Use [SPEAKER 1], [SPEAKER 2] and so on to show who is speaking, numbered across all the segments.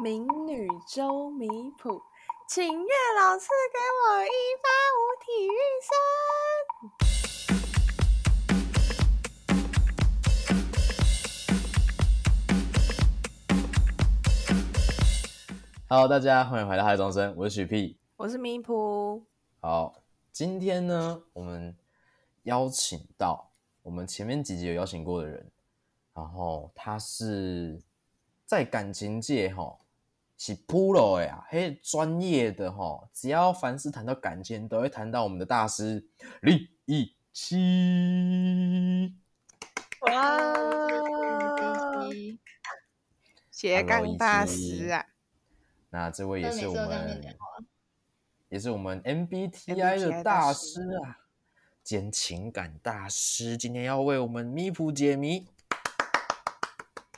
[SPEAKER 1] 民女周米谱，请月老赐给我一发无体玉身。
[SPEAKER 2] Hello，大家欢迎回到嗨中生，我是许屁。
[SPEAKER 1] 我是米谱，
[SPEAKER 2] 好，今天呢，我们邀请到我们前面几集有邀请过的人，然后他是在感情界哈是 pro 呀，嘿，专业的哈，只要凡是谈到感情，都会谈到我们的大师李一七。
[SPEAKER 1] 哇，
[SPEAKER 2] 啊 Hello，
[SPEAKER 1] 斜杠大
[SPEAKER 2] 一七
[SPEAKER 1] 师啊！
[SPEAKER 2] 那这位也是我
[SPEAKER 3] 那每次都这样念
[SPEAKER 2] 们
[SPEAKER 3] 的好，
[SPEAKER 2] 也是我们 MBTI 的
[SPEAKER 1] MBTI 大
[SPEAKER 2] 大
[SPEAKER 1] 师
[SPEAKER 2] 师啊，兼情感大师，今天要为我们咪普解谜，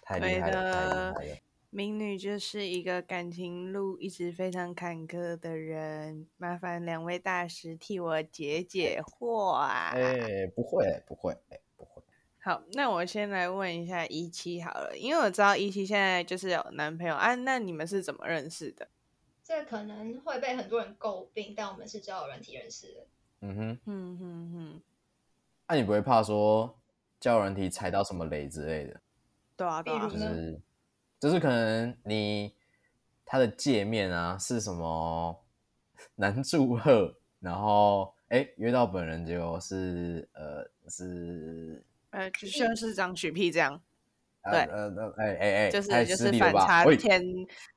[SPEAKER 2] 太厉害
[SPEAKER 1] 对
[SPEAKER 2] 了，
[SPEAKER 1] 的
[SPEAKER 2] 太厉害了！
[SPEAKER 1] 民女就是一个感情路一直非常坎坷的人，麻烦两位大师替我解解惑啊！
[SPEAKER 2] 哎、不会，不会，哎、不会，
[SPEAKER 1] 好，那我先来问一下一七好了，因为我知道一七现在就是有男朋友啊，那你们是怎么认识的？
[SPEAKER 3] 这可能会被很多人诟病，但我们是只有软体认识的。
[SPEAKER 2] 嗯哼，
[SPEAKER 1] 嗯哼哼，
[SPEAKER 2] 那、你不会怕说教人题踩到什么雷之类的？
[SPEAKER 1] 对啊对啊
[SPEAKER 3] 比
[SPEAKER 2] 就
[SPEAKER 3] 如，呢
[SPEAKER 2] 是，就是可能你它的界面啊是什么男祝贺，然后哎、约到本人结果是呃是
[SPEAKER 1] 呃，就像是张许屁这样，
[SPEAKER 2] 呃
[SPEAKER 1] 对
[SPEAKER 2] 呃呃哎哎哎，
[SPEAKER 1] 就
[SPEAKER 2] 太
[SPEAKER 1] 是就
[SPEAKER 2] 失
[SPEAKER 1] 是
[SPEAKER 2] 礼了
[SPEAKER 1] 反
[SPEAKER 2] 吧
[SPEAKER 1] 差
[SPEAKER 2] 喂
[SPEAKER 1] 天，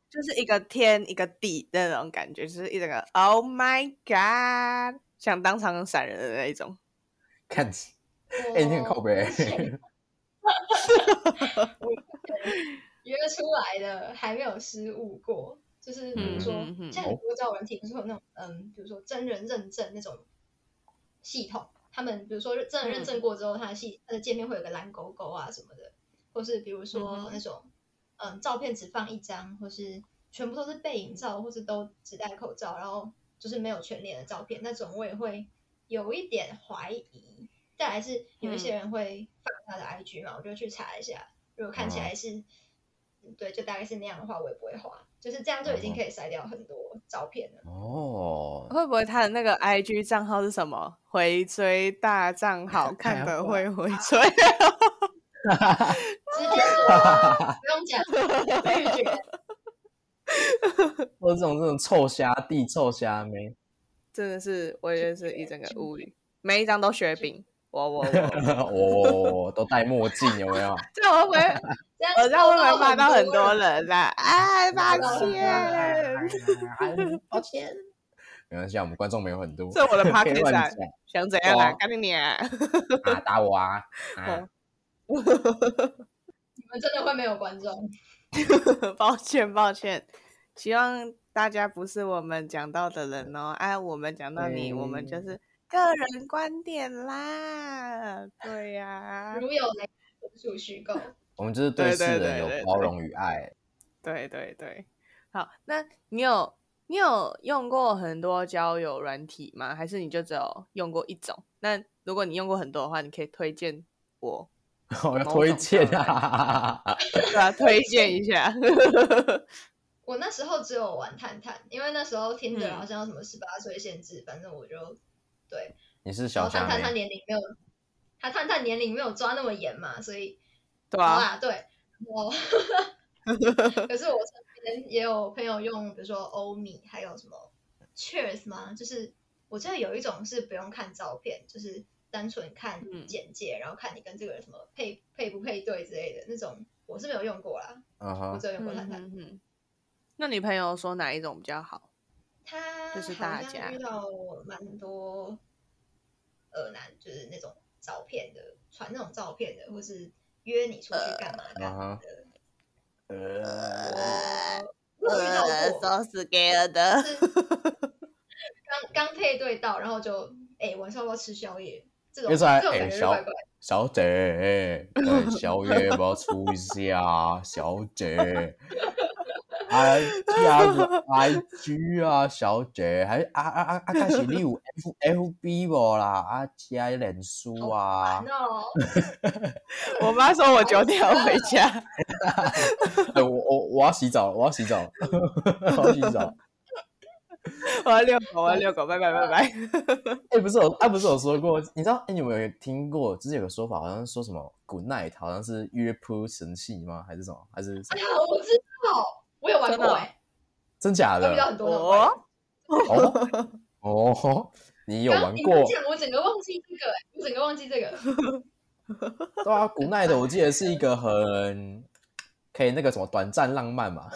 [SPEAKER 1] 就是一个天一个地的那种感觉，就是一整个 Oh my God，想当场闪人的那一种。
[SPEAKER 2] 看起哎、你很靠
[SPEAKER 3] 我
[SPEAKER 1] 哦
[SPEAKER 2] 北、
[SPEAKER 3] 之前约出来的还没有失误过，就是比如说，
[SPEAKER 1] 嗯嗯嗯
[SPEAKER 3] 像你不知道软体不是会有那种嗯，比如说真人认证那种系统，他们比如说真人认证过之后，它的系它的界面会有个蓝勾勾啊什么的，或是比如
[SPEAKER 1] 嗯
[SPEAKER 3] 说
[SPEAKER 1] 哼
[SPEAKER 3] 那种嗯照片只放一张，或是全部都是背影照，或是都只戴口罩，然后就是没有全脸的照片，那种我也会有一点怀疑。再来是有一
[SPEAKER 1] 嗯
[SPEAKER 3] 些人会放他的 IG 嘛，我就去查一下，如果看
[SPEAKER 2] 哦
[SPEAKER 3] 起来是，对，就大概是那样的话，我也不会画，就是这样就已经可以筛掉很多照片了。
[SPEAKER 2] 哦，
[SPEAKER 1] 会不会他的那个 IG 账号是什么？回追大账号，看
[SPEAKER 2] 哎呀
[SPEAKER 1] 的会回 追。哦
[SPEAKER 3] 直接说不 用讲，拒绝。
[SPEAKER 2] 或者这种这种臭虾弟、臭虾妹，
[SPEAKER 1] 真的是，我也是一
[SPEAKER 3] 觉
[SPEAKER 1] 整个
[SPEAKER 3] 是
[SPEAKER 1] 无语。每一张都雪饼，我我 我，
[SPEAKER 2] 我、哦、都戴墨镜有没 有？
[SPEAKER 1] 这样会不会？
[SPEAKER 3] 这样
[SPEAKER 1] 我这样会不会骂
[SPEAKER 3] 骂
[SPEAKER 1] 到很多。人啦、哎，抱 歉，
[SPEAKER 2] 歉，抱歉， 没关系啊，我们观众没有很多，
[SPEAKER 1] 这我的 p o
[SPEAKER 2] 可
[SPEAKER 1] c
[SPEAKER 2] 以
[SPEAKER 1] k
[SPEAKER 2] 乱
[SPEAKER 1] e
[SPEAKER 2] 讲
[SPEAKER 1] t 想怎样啦、
[SPEAKER 2] 哇
[SPEAKER 1] 赶紧你啊！
[SPEAKER 2] 啊，打我啊！啊
[SPEAKER 1] 哦
[SPEAKER 3] 你们真的会没有观众？
[SPEAKER 1] 抱歉，抱歉，希望大家不是我们讲到的人哦。哎、我们讲到你，我们就是个人观点啦。 对呀、
[SPEAKER 3] 如有雷纯属虚构。
[SPEAKER 2] 我们就是对
[SPEAKER 1] 对
[SPEAKER 2] 世
[SPEAKER 1] 对对
[SPEAKER 2] 人
[SPEAKER 1] 对对
[SPEAKER 2] 有包容与爱。
[SPEAKER 1] 对对对，好，那你有你有用过很多交友软体吗？还是你就只有用过一种？那如果你用过很多的话，你可以推荐我，
[SPEAKER 2] 我要推荐啊！
[SPEAKER 1] 对啊，推荐一下。
[SPEAKER 3] 我那时候只有玩探探，因为那时候听
[SPEAKER 1] 嗯
[SPEAKER 3] 着好像有什么十八岁限制，反正我就对。
[SPEAKER 2] 你是
[SPEAKER 3] 然
[SPEAKER 2] 小
[SPEAKER 3] 后探
[SPEAKER 2] 虾
[SPEAKER 3] 探他
[SPEAKER 2] 妹，
[SPEAKER 3] 年龄没有，他探探年龄没有抓那么严嘛，所以
[SPEAKER 1] 对
[SPEAKER 3] 好
[SPEAKER 1] 啊，
[SPEAKER 3] 啦，对，我。 可是我身边也有朋友用，比如说欧米，还有什么 Cheers 吗？就是我记得有一种是不用看照片，就是单纯看
[SPEAKER 1] 嗯
[SPEAKER 3] 简介，然后看你跟这个人什么配配不配对之类的那种，我是没有用过啦，
[SPEAKER 2] 嗯
[SPEAKER 3] 我
[SPEAKER 2] 哼，
[SPEAKER 3] 只有用过探
[SPEAKER 1] 嗯
[SPEAKER 3] 探。
[SPEAKER 1] 嗯嗯。那你朋友说哪一种比较好？
[SPEAKER 3] 他
[SPEAKER 1] 就是大
[SPEAKER 3] 好像
[SPEAKER 1] 家
[SPEAKER 3] 遇到蛮多恶男，就是那种照片的，传那种照片的，或是约你出去
[SPEAKER 1] 呃
[SPEAKER 3] 干嘛干
[SPEAKER 2] 嗯哼，
[SPEAKER 3] 嘛的，
[SPEAKER 2] 呃，
[SPEAKER 3] 我有遇到过。
[SPEAKER 1] 都是给了的。
[SPEAKER 3] 刚刚配对到，然后就哎、晚上要不要吃宵夜？这种
[SPEAKER 2] 约
[SPEAKER 3] 这
[SPEAKER 2] 出
[SPEAKER 3] 种
[SPEAKER 2] 来哎
[SPEAKER 3] 感觉就怪怪的。
[SPEAKER 2] 小姐，哎，宵夜要不要出一下？小姐， I G 啊，I G 啊，小姐，还啊啊啊啊，开始你有 F F B 无啦，啊加脸书啊
[SPEAKER 3] 烦，哦，
[SPEAKER 1] 我妈说我九点要回家，
[SPEAKER 2] 哎，我我我要洗澡了，我要洗澡了， 我要洗澡。
[SPEAKER 1] 我要遛狗，我要遛狗，拜拜拜拜。
[SPEAKER 2] 哎、不是有，哎、不是有说过，你知道，哎、你们有听过，之前有个说法，好像说什么 Good night，好像是约扑神器吗？还是什么？还是什
[SPEAKER 3] 哎
[SPEAKER 2] 么
[SPEAKER 3] 呀，我知道，我有玩
[SPEAKER 1] 真
[SPEAKER 3] 过
[SPEAKER 1] 的哦
[SPEAKER 3] 哎、
[SPEAKER 2] 真假
[SPEAKER 3] 我遇到
[SPEAKER 2] 的？
[SPEAKER 3] 很多人玩。
[SPEAKER 1] 哦，
[SPEAKER 2] 哦 哦，你有
[SPEAKER 3] 刚
[SPEAKER 2] 玩
[SPEAKER 3] 你
[SPEAKER 2] 过哎
[SPEAKER 3] 不？讲，我整个忘记这个、哎，我整个忘记这个。
[SPEAKER 2] 对啊，Good night，我记得是一个很可以那个什么短暂浪漫 嘛。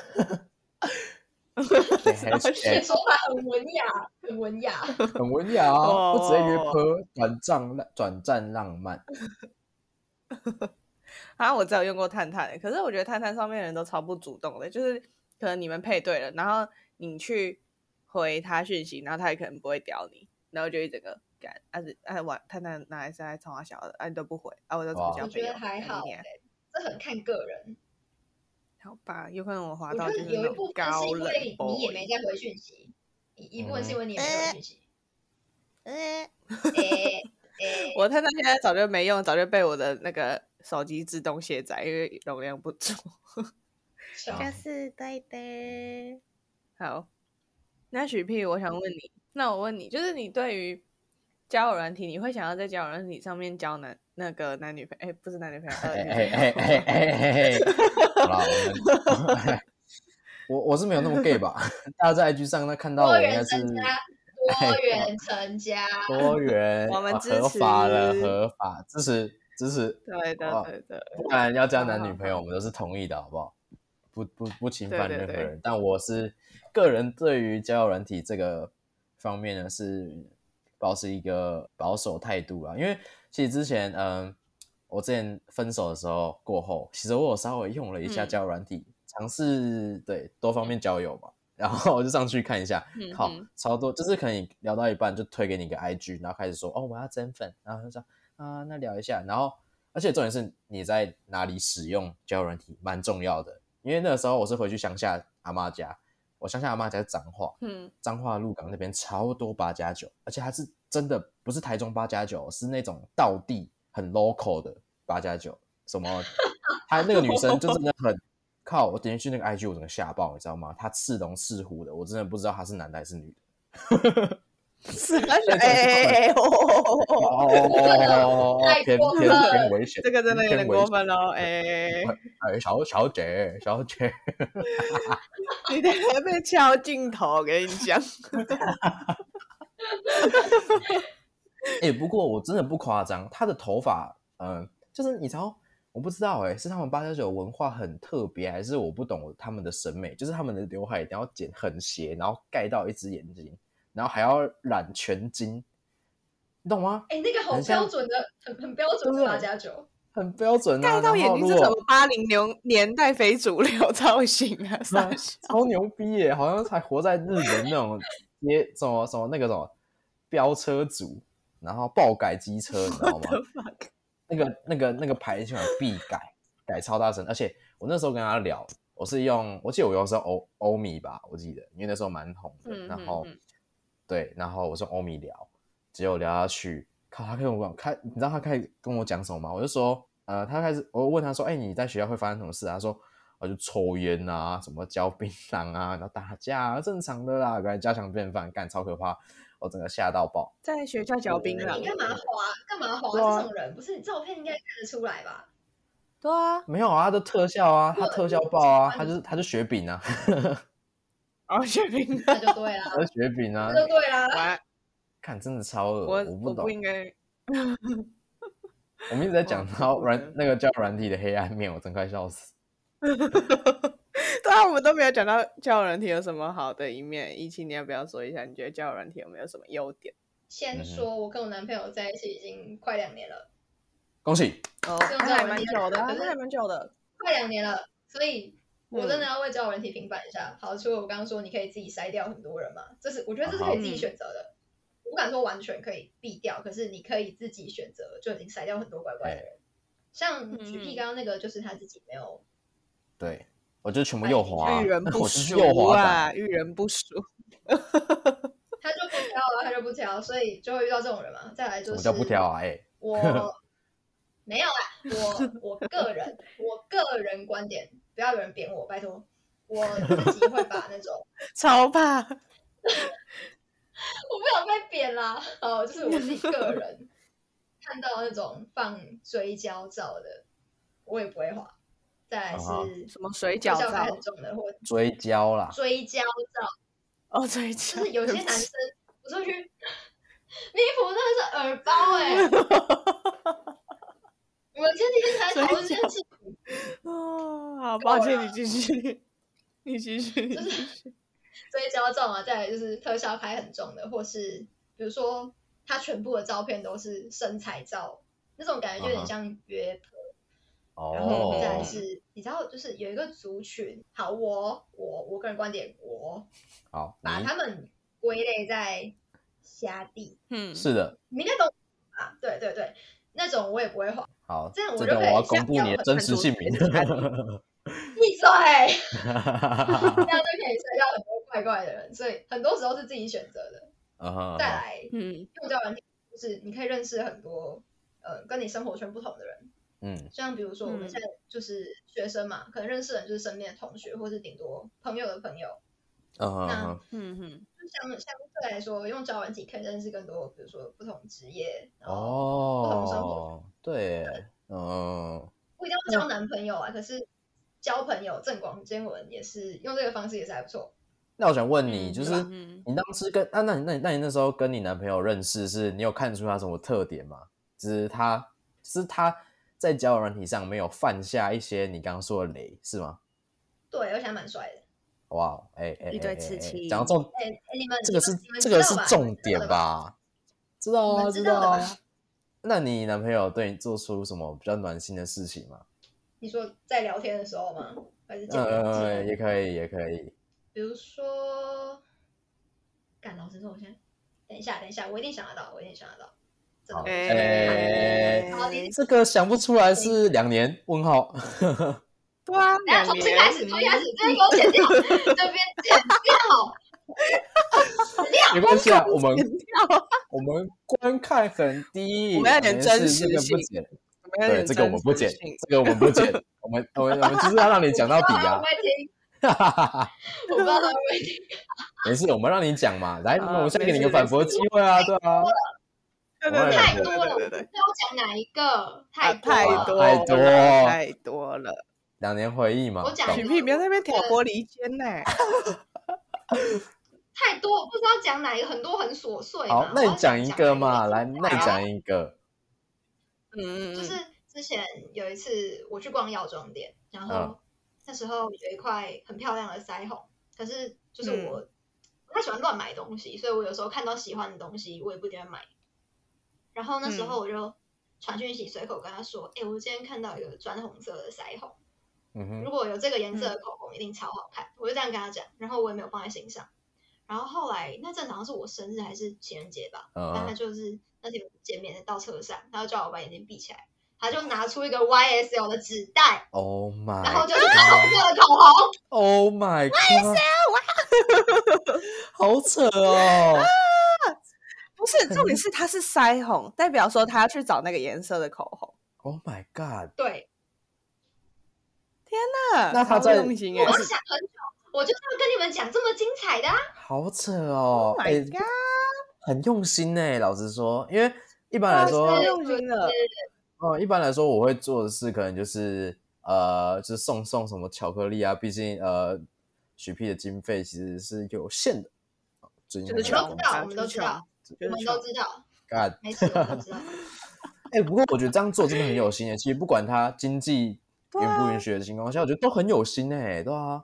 [SPEAKER 2] 对
[SPEAKER 3] 这个
[SPEAKER 2] ，hashtag
[SPEAKER 3] 说法很文雅，很文雅。
[SPEAKER 2] 很文雅啊，不直接约
[SPEAKER 1] 哦
[SPEAKER 2] 扑，短暂浪短暂浪漫。
[SPEAKER 1] 啊，我只有用过探探欸，可是我觉得探探上面的人都超不主动的，就是可能你们配对了，然后你去回他讯息，然后他也可能不会屌你，然后就一整个干，啊是啊玩探探哪来是在冲他小的，啊你都不回，啊我都怎么
[SPEAKER 2] 哇
[SPEAKER 1] 交
[SPEAKER 3] 我
[SPEAKER 1] 朋
[SPEAKER 3] 觉
[SPEAKER 1] 友？
[SPEAKER 3] 得还
[SPEAKER 1] 干你
[SPEAKER 3] 好、
[SPEAKER 1] 娘
[SPEAKER 3] 哎，这很看个人。
[SPEAKER 1] 好吧，有可能我滑
[SPEAKER 3] 我觉
[SPEAKER 1] 到就
[SPEAKER 3] 得
[SPEAKER 1] 是
[SPEAKER 3] 有
[SPEAKER 1] 那
[SPEAKER 3] 一部
[SPEAKER 1] 种
[SPEAKER 3] 分是
[SPEAKER 1] 高
[SPEAKER 3] 因
[SPEAKER 1] 冷
[SPEAKER 3] 为你也
[SPEAKER 1] boy 嗯
[SPEAKER 3] 没在回讯息，一一部分是因为你也没在回讯息。
[SPEAKER 1] 欸
[SPEAKER 3] 哎哎，
[SPEAKER 1] 我探探现在早就没用，早就被我的那个手机自动卸载，因为容量不足。
[SPEAKER 3] 小
[SPEAKER 2] 啊
[SPEAKER 1] 是对的。好，那许屁，我想问你，那我问你，就是你对于交友软体，你会想要在交友软体上面交男那个男女朋哎、不是男女朋友，
[SPEAKER 2] 哎
[SPEAKER 1] 呃女
[SPEAKER 2] 哎
[SPEAKER 1] 朋
[SPEAKER 2] 哎
[SPEAKER 1] 友
[SPEAKER 2] 哎哎哎！好啦，我们 我我是没有那么 gay 吧？大家在 IG 上那看到我
[SPEAKER 3] 多
[SPEAKER 2] 应该
[SPEAKER 3] 元
[SPEAKER 2] 是
[SPEAKER 3] 成家，多元成家，
[SPEAKER 2] 多元，
[SPEAKER 1] 我们
[SPEAKER 2] 啊
[SPEAKER 1] 支
[SPEAKER 2] 合法了，
[SPEAKER 1] 持
[SPEAKER 2] 合法支持支持，
[SPEAKER 1] 对的
[SPEAKER 2] 哇
[SPEAKER 1] 对的，
[SPEAKER 2] 不然要交男
[SPEAKER 1] 好
[SPEAKER 2] 女
[SPEAKER 1] 好
[SPEAKER 2] 朋友，我们都是同意的，好不好？不不不侵
[SPEAKER 1] 对
[SPEAKER 2] 犯
[SPEAKER 1] 对
[SPEAKER 2] 任何
[SPEAKER 1] 对
[SPEAKER 2] 人，但我是个人对于交友软体这个方面呢是保持一个保守态度啊，因为其实之前嗯，我之前分手的时候过后，其实我有稍微用了一下
[SPEAKER 1] 嗯
[SPEAKER 2] 交友软体，尝试对多方面交友嘛，然后我就上去看一下，
[SPEAKER 1] 嗯
[SPEAKER 2] 靠
[SPEAKER 1] 哼，
[SPEAKER 2] 超多，就是可能你聊到一半就推给你一个 IG，然后开始说哦我要增粉，然后就说啊那聊一下，然后而且重点是你在哪里使用交友软体蛮重要的，因为那个时候我是回去乡下阿妈家，我乡下阿妈家是彰化，
[SPEAKER 1] 嗯，
[SPEAKER 2] 彰化鹿港那边超多八加九，而且它是真的不是台中八加九，是那种道地很 local 的八加九。什么？她那个女生就真的很靠，我点进去那个 IG 我整个吓爆，你知道吗？她赤龙赤虎的，我真的不知道她是男的还是女的。
[SPEAKER 1] 是啊，哎哎哎，哦哦哦 哦哦，
[SPEAKER 2] 哦哦哦
[SPEAKER 3] 太
[SPEAKER 2] 偏
[SPEAKER 3] 过
[SPEAKER 2] 偏
[SPEAKER 3] 分了
[SPEAKER 2] 偏危险，
[SPEAKER 1] 这个真的有
[SPEAKER 2] 偏
[SPEAKER 1] 点
[SPEAKER 2] 危
[SPEAKER 1] 过
[SPEAKER 2] 险
[SPEAKER 1] 分喽，哎、
[SPEAKER 2] 哎，小小姐，小姐，
[SPEAKER 1] 你等下被敲镜头，我跟你讲，
[SPEAKER 2] 哎、不过我真的不夸张，她的头发，嗯、就是你知道，我不知道、欸，哎，是他们八加九文化很特别，还是我不懂他们的审美？就是他们的刘海一定要剪很斜，然后盖到一只眼睛，然后还要染全金，你懂吗？
[SPEAKER 3] 哎，那个好
[SPEAKER 2] 很像
[SPEAKER 3] 标准的，很很标准
[SPEAKER 2] 真
[SPEAKER 3] 的
[SPEAKER 2] 的
[SPEAKER 3] 八加九，
[SPEAKER 2] 很标准啊。
[SPEAKER 1] 盖到
[SPEAKER 2] 然
[SPEAKER 1] 眼
[SPEAKER 2] 后
[SPEAKER 1] 睛
[SPEAKER 2] 如
[SPEAKER 1] 是什
[SPEAKER 2] 果
[SPEAKER 1] 么八零年年代非主流造型啊，傻
[SPEAKER 2] 对
[SPEAKER 1] 笑。
[SPEAKER 2] 超牛逼耶、好像才活在日本那种街什么什么那个什么飙车族，然后爆改机车，你知道吗？那个那个那个牌子喜欢必改，改超大声。而且我那时候跟他聊，我是用，我记得我用的是欧欧米吧，我记得，因为那时候蛮红的。
[SPEAKER 1] 嗯
[SPEAKER 2] 然
[SPEAKER 1] 嗯
[SPEAKER 2] 后、
[SPEAKER 1] 嗯
[SPEAKER 2] 对，然后我是用欧米聊，结果聊下去，靠，他跟我讲，开，你知道他开始跟我讲什么吗？我就说，呃，他开始，我问他说，哎、你在学校会发生什么事啊？他说。啊，就抽烟啊，什么嚼槟榔啊，然后打架啊，正常的啦，感觉家常便饭，干超可怕，我整个吓到爆。
[SPEAKER 1] 在学校嚼槟
[SPEAKER 2] 对啊
[SPEAKER 1] 榔，
[SPEAKER 3] 你干嘛滑？干嘛
[SPEAKER 2] 对啊
[SPEAKER 3] 滑？这种人不是你照片应该看得出来吧？
[SPEAKER 1] 对啊，
[SPEAKER 2] 没有啊，他的特效啊，他特效爆啊，
[SPEAKER 3] 我
[SPEAKER 2] 他
[SPEAKER 1] 嗯
[SPEAKER 2] 就是他就雪饼啊，
[SPEAKER 1] 然后哦嚼槟
[SPEAKER 3] 那
[SPEAKER 1] 榔，
[SPEAKER 3] 就对啦，
[SPEAKER 2] 他就雪饼啊
[SPEAKER 3] 那，就对啦。
[SPEAKER 1] 哇
[SPEAKER 2] 看真的超恶，
[SPEAKER 1] 我
[SPEAKER 2] 不懂
[SPEAKER 1] 不。应该，
[SPEAKER 2] 我们一直在讲
[SPEAKER 3] 哦
[SPEAKER 1] 哇超
[SPEAKER 2] 到
[SPEAKER 1] 酷
[SPEAKER 2] 软
[SPEAKER 1] 的
[SPEAKER 2] 那个叫软体的黑暗面，我真快笑死。
[SPEAKER 1] 对啊，我们都没有讲到交友软体有什么好的一面。一七，你要不要说一下？你觉得交友软体有没有什么优点？
[SPEAKER 2] 嗯
[SPEAKER 3] 先
[SPEAKER 2] 哼
[SPEAKER 3] 说，我跟我男朋友在一起已经快两年了，
[SPEAKER 2] 恭喜，
[SPEAKER 1] 哦，
[SPEAKER 3] 用
[SPEAKER 1] 那
[SPEAKER 3] 交友
[SPEAKER 1] 还
[SPEAKER 3] 软
[SPEAKER 1] 蛮
[SPEAKER 3] 体
[SPEAKER 1] 久的啊，
[SPEAKER 3] 可是
[SPEAKER 1] 那还蛮久的。
[SPEAKER 3] 快两年了，所以我真的要为交友人体平反一下。好，除了我刚刚说你可以自己筛掉很多人嘛，这是我觉得这是
[SPEAKER 2] 啊
[SPEAKER 3] 可以自己选择的。我不敢说完全可以避掉，可是你可以自己选择，就已经
[SPEAKER 2] 哎
[SPEAKER 3] 筛掉很多怪怪的人。像
[SPEAKER 1] 嗯
[SPEAKER 3] 举例刚刚那个，就是他自己没有
[SPEAKER 2] 对，我就
[SPEAKER 3] 哎
[SPEAKER 2] 全部右滑、啊
[SPEAKER 1] 遇人不
[SPEAKER 2] 我就是
[SPEAKER 1] 淑
[SPEAKER 2] 右滑
[SPEAKER 1] 啊，
[SPEAKER 2] 感。
[SPEAKER 1] 遇人不淑。
[SPEAKER 3] 他就不挑啊了，他就不挑，所以就会遇到这种人嘛。再来
[SPEAKER 2] 什
[SPEAKER 3] 就
[SPEAKER 2] 么
[SPEAKER 3] 是
[SPEAKER 2] 叫不挑啊？哎、
[SPEAKER 3] 我没有啦，我我个人我个人观点，不要有人贬我，拜托。我自己会把那 种
[SPEAKER 1] 超怕，
[SPEAKER 3] 我不想被贬啦，哦，就是我自己 个人看到那种放追焦照的，我也不会划。再来
[SPEAKER 2] 啊哈
[SPEAKER 3] 是
[SPEAKER 1] 什么水
[SPEAKER 3] 笑
[SPEAKER 1] 饺
[SPEAKER 3] 感
[SPEAKER 1] 照
[SPEAKER 3] 很？重的，或者
[SPEAKER 2] 追焦啦，
[SPEAKER 3] 追焦照，
[SPEAKER 1] 哦，水饺。
[SPEAKER 3] 就是有些
[SPEAKER 1] 对不
[SPEAKER 3] 男
[SPEAKER 1] 起
[SPEAKER 3] 生，我说去，你服真的是耳包哎、我们前几天才讨论这件事情，
[SPEAKER 1] 哦，好
[SPEAKER 3] 够
[SPEAKER 1] 抱歉，
[SPEAKER 3] 了
[SPEAKER 1] 你继续，你继续，你
[SPEAKER 3] 啊就
[SPEAKER 1] 继
[SPEAKER 3] 是
[SPEAKER 1] 续。
[SPEAKER 3] 追焦照嘛，再来就是特效拍很重的，或是比如说他全部的照片都是身材照，那种感觉就有
[SPEAKER 2] 啊哈
[SPEAKER 3] 点像约炮。然后
[SPEAKER 2] 哦，
[SPEAKER 3] 再来是，你知道，就是有一个族群，好，我我我个人观点，我
[SPEAKER 2] 好，
[SPEAKER 3] 把
[SPEAKER 2] 你
[SPEAKER 3] 他们归类在虾弟，
[SPEAKER 1] 嗯，
[SPEAKER 2] 是的，
[SPEAKER 3] 你应该懂啊？对对对，那种我也不会画，
[SPEAKER 2] 好，
[SPEAKER 3] 这样我
[SPEAKER 2] 这
[SPEAKER 3] 就
[SPEAKER 2] 段
[SPEAKER 3] 可以
[SPEAKER 2] 我要
[SPEAKER 3] 下
[SPEAKER 2] 公布
[SPEAKER 3] 标
[SPEAKER 2] 你的
[SPEAKER 3] 很
[SPEAKER 2] 真
[SPEAKER 1] 看
[SPEAKER 2] 实
[SPEAKER 1] 出
[SPEAKER 2] 姓
[SPEAKER 1] 谁
[SPEAKER 2] 名。
[SPEAKER 1] 是哪里
[SPEAKER 3] 闭嘴， 这样就可以筛掉很多怪怪的人，所以很多时候是自己选择的。
[SPEAKER 2] 嗯哼，
[SPEAKER 3] 再来，
[SPEAKER 1] 嗯，
[SPEAKER 3] 用交友软体就是你可以认识很多呃跟你生活圈不同的人，
[SPEAKER 2] 嗯
[SPEAKER 3] 像比如说我们
[SPEAKER 1] 嗯
[SPEAKER 3] 现在就是学生嘛，可能认识的人就是身边的同学，或是顶多朋友的朋友。
[SPEAKER 2] 嗯
[SPEAKER 3] 那
[SPEAKER 2] 哼，
[SPEAKER 1] 嗯哼，
[SPEAKER 3] 就相相对来说，用交友软体可以认识更多，比如说不同职业，然后同生活
[SPEAKER 2] 哦，对，嗯，
[SPEAKER 3] 不一定要交男朋友啊，可是交朋友正广见闻也是用这个方式也是还不错。
[SPEAKER 2] 那我想问你，
[SPEAKER 1] 嗯
[SPEAKER 2] 就是
[SPEAKER 1] 对吧嗯
[SPEAKER 2] 你当时跟啊，那你那你那你那时候跟你男朋友认识，是你有看出他什么特点吗？就是他，是他在交友软体上没有犯下一些你刚刚说的雷，是吗？
[SPEAKER 3] 对，而且还蛮帅的。
[SPEAKER 2] 哇，哎哎，
[SPEAKER 1] 一堆
[SPEAKER 2] 哎哎
[SPEAKER 1] 刺
[SPEAKER 2] 哎
[SPEAKER 1] 青
[SPEAKER 2] 讲到重，
[SPEAKER 3] 哎、哎你们
[SPEAKER 2] 这个是
[SPEAKER 3] 你们
[SPEAKER 2] 这
[SPEAKER 3] 知
[SPEAKER 2] 个
[SPEAKER 3] 道
[SPEAKER 2] 是
[SPEAKER 3] 吧
[SPEAKER 2] 重点？吧？知道
[SPEAKER 3] 你
[SPEAKER 2] 啊，
[SPEAKER 3] 们知道的吧
[SPEAKER 2] 啊。 那你男朋友对你做出什么比较暖心的事情吗？
[SPEAKER 3] 你说在聊天的时候吗？还是见面之后
[SPEAKER 2] 呃，也可以，也可以。
[SPEAKER 3] 比如说，干老师说我现在等一下，等一下，我一定想得到，我一定想得到，真的。
[SPEAKER 2] 好
[SPEAKER 1] 哎
[SPEAKER 2] 哎，
[SPEAKER 3] 好你
[SPEAKER 2] 这个想不出来是两年？问号。
[SPEAKER 1] 对啊，
[SPEAKER 3] 等一下
[SPEAKER 1] 两
[SPEAKER 3] 重新
[SPEAKER 1] 年
[SPEAKER 3] 开始，重新开始，这边给我剪掉，这边剪掉。
[SPEAKER 2] 没关系啊，我们
[SPEAKER 1] 剪掉
[SPEAKER 2] 我们观看很低，
[SPEAKER 1] 我们要有点
[SPEAKER 2] 两年
[SPEAKER 1] 真
[SPEAKER 2] 是这
[SPEAKER 1] 实
[SPEAKER 2] 个不
[SPEAKER 1] 性
[SPEAKER 2] 剪，
[SPEAKER 1] 我们有
[SPEAKER 2] 对，
[SPEAKER 1] 点
[SPEAKER 2] 这个我们不
[SPEAKER 1] 真
[SPEAKER 2] 剪
[SPEAKER 1] 实性，
[SPEAKER 2] 这个我们不 剪，我们我们我们就是要让你讲到底
[SPEAKER 3] 我
[SPEAKER 2] 啊
[SPEAKER 3] 不，会听，
[SPEAKER 2] 哈哈哈哈
[SPEAKER 3] 我不知道他会不会听。
[SPEAKER 2] 没事，我们让你讲嘛，来，
[SPEAKER 1] 啊
[SPEAKER 2] 我们现在给你一个
[SPEAKER 1] 没事
[SPEAKER 2] 反驳机会啊，对啊，
[SPEAKER 1] 对
[SPEAKER 2] 我
[SPEAKER 1] 对
[SPEAKER 2] 也
[SPEAKER 1] 对，
[SPEAKER 3] 太
[SPEAKER 1] 对
[SPEAKER 3] 多了，我
[SPEAKER 1] 对对
[SPEAKER 3] 不知
[SPEAKER 1] 对，
[SPEAKER 3] 道讲哪一个，
[SPEAKER 1] 啊
[SPEAKER 3] 太
[SPEAKER 1] 太
[SPEAKER 3] 了。
[SPEAKER 1] 多
[SPEAKER 2] 太多
[SPEAKER 1] 了太多了，
[SPEAKER 2] 两年回忆嘛，
[SPEAKER 3] 我讲
[SPEAKER 2] 懂
[SPEAKER 3] 一
[SPEAKER 1] 许
[SPEAKER 3] 个
[SPEAKER 1] 屁不要在那边挑拨离间呢，
[SPEAKER 3] 太多，我不知道讲哪一个，很多很琐碎嘛。
[SPEAKER 2] 好，那你
[SPEAKER 3] 我要
[SPEAKER 2] 讲
[SPEAKER 3] 讲
[SPEAKER 2] 一个嘛，
[SPEAKER 3] 哪
[SPEAKER 2] 来，
[SPEAKER 3] 一个
[SPEAKER 2] 那你
[SPEAKER 1] 啊
[SPEAKER 2] 讲一个，
[SPEAKER 1] 嗯嗯，
[SPEAKER 3] 就
[SPEAKER 1] 嗯
[SPEAKER 3] 是之前有一次我去逛药妆店，然后
[SPEAKER 2] 嗯
[SPEAKER 3] 那时候有一块很漂亮的腮红，可是就是
[SPEAKER 1] 嗯
[SPEAKER 3] 我不太喜欢乱买东西，所以我有时候看到喜欢的东西，我也不一定会买。然后那时
[SPEAKER 1] 嗯
[SPEAKER 3] 候我就传讯息，随口跟他说：“哎、我今天看到有砖红色的腮红，
[SPEAKER 2] 嗯
[SPEAKER 3] 如
[SPEAKER 2] 哼，
[SPEAKER 3] 果有这个颜色
[SPEAKER 1] 嗯
[SPEAKER 3] 的口红，一定超好看。”我就这样跟他讲，然后我也没有放在心上。然后后来那正常是我生日还是情人节吧，但他
[SPEAKER 2] 嗯，
[SPEAKER 3] 就是那天我们见面到车上，他就叫我把眼睛闭起来，他就拿出一个 YSL 的纸袋，
[SPEAKER 2] ，Oh
[SPEAKER 3] 然
[SPEAKER 2] my
[SPEAKER 3] 后就是粉红色的口红，
[SPEAKER 2] ，Oh my
[SPEAKER 1] 啊
[SPEAKER 2] god，好扯 哦，
[SPEAKER 1] 不是重点是它是腮红，代表说他要去找那个颜色的口红。
[SPEAKER 2] ，Oh my god，
[SPEAKER 3] 对，
[SPEAKER 1] 啊
[SPEAKER 2] 那他
[SPEAKER 1] 超
[SPEAKER 2] 在
[SPEAKER 1] 用心哎
[SPEAKER 3] 我，想很久，我就是要跟你们讲这么精彩的、啊，
[SPEAKER 2] 好扯哦
[SPEAKER 1] Oh，my
[SPEAKER 2] 哎
[SPEAKER 1] Oh god，
[SPEAKER 2] 很用心呢、老实说，因为一般来说
[SPEAKER 1] 太
[SPEAKER 3] 对
[SPEAKER 1] 用心了
[SPEAKER 3] 对对对
[SPEAKER 2] 哦，一般来说，我会做的事可能就是呃，就是送送什么巧克力啊，毕竟呃，许 P 的经费其实是有限的。哦最近
[SPEAKER 1] 就是
[SPEAKER 2] 很
[SPEAKER 1] 穷
[SPEAKER 2] 忙
[SPEAKER 3] 你都知道，
[SPEAKER 1] 啊
[SPEAKER 3] 我们都
[SPEAKER 1] 就是
[SPEAKER 3] 知道，
[SPEAKER 1] 就
[SPEAKER 3] 我
[SPEAKER 1] 是
[SPEAKER 3] 们
[SPEAKER 1] 穷
[SPEAKER 3] 都知道，
[SPEAKER 2] God，
[SPEAKER 3] 没事，我们都知道。
[SPEAKER 2] 哎、不过我觉得这样做真的很有心诶、欸其实不管他经济
[SPEAKER 1] 对
[SPEAKER 2] 允不
[SPEAKER 1] 啊
[SPEAKER 2] 允许的情况下，我觉得都很有心诶、对啊，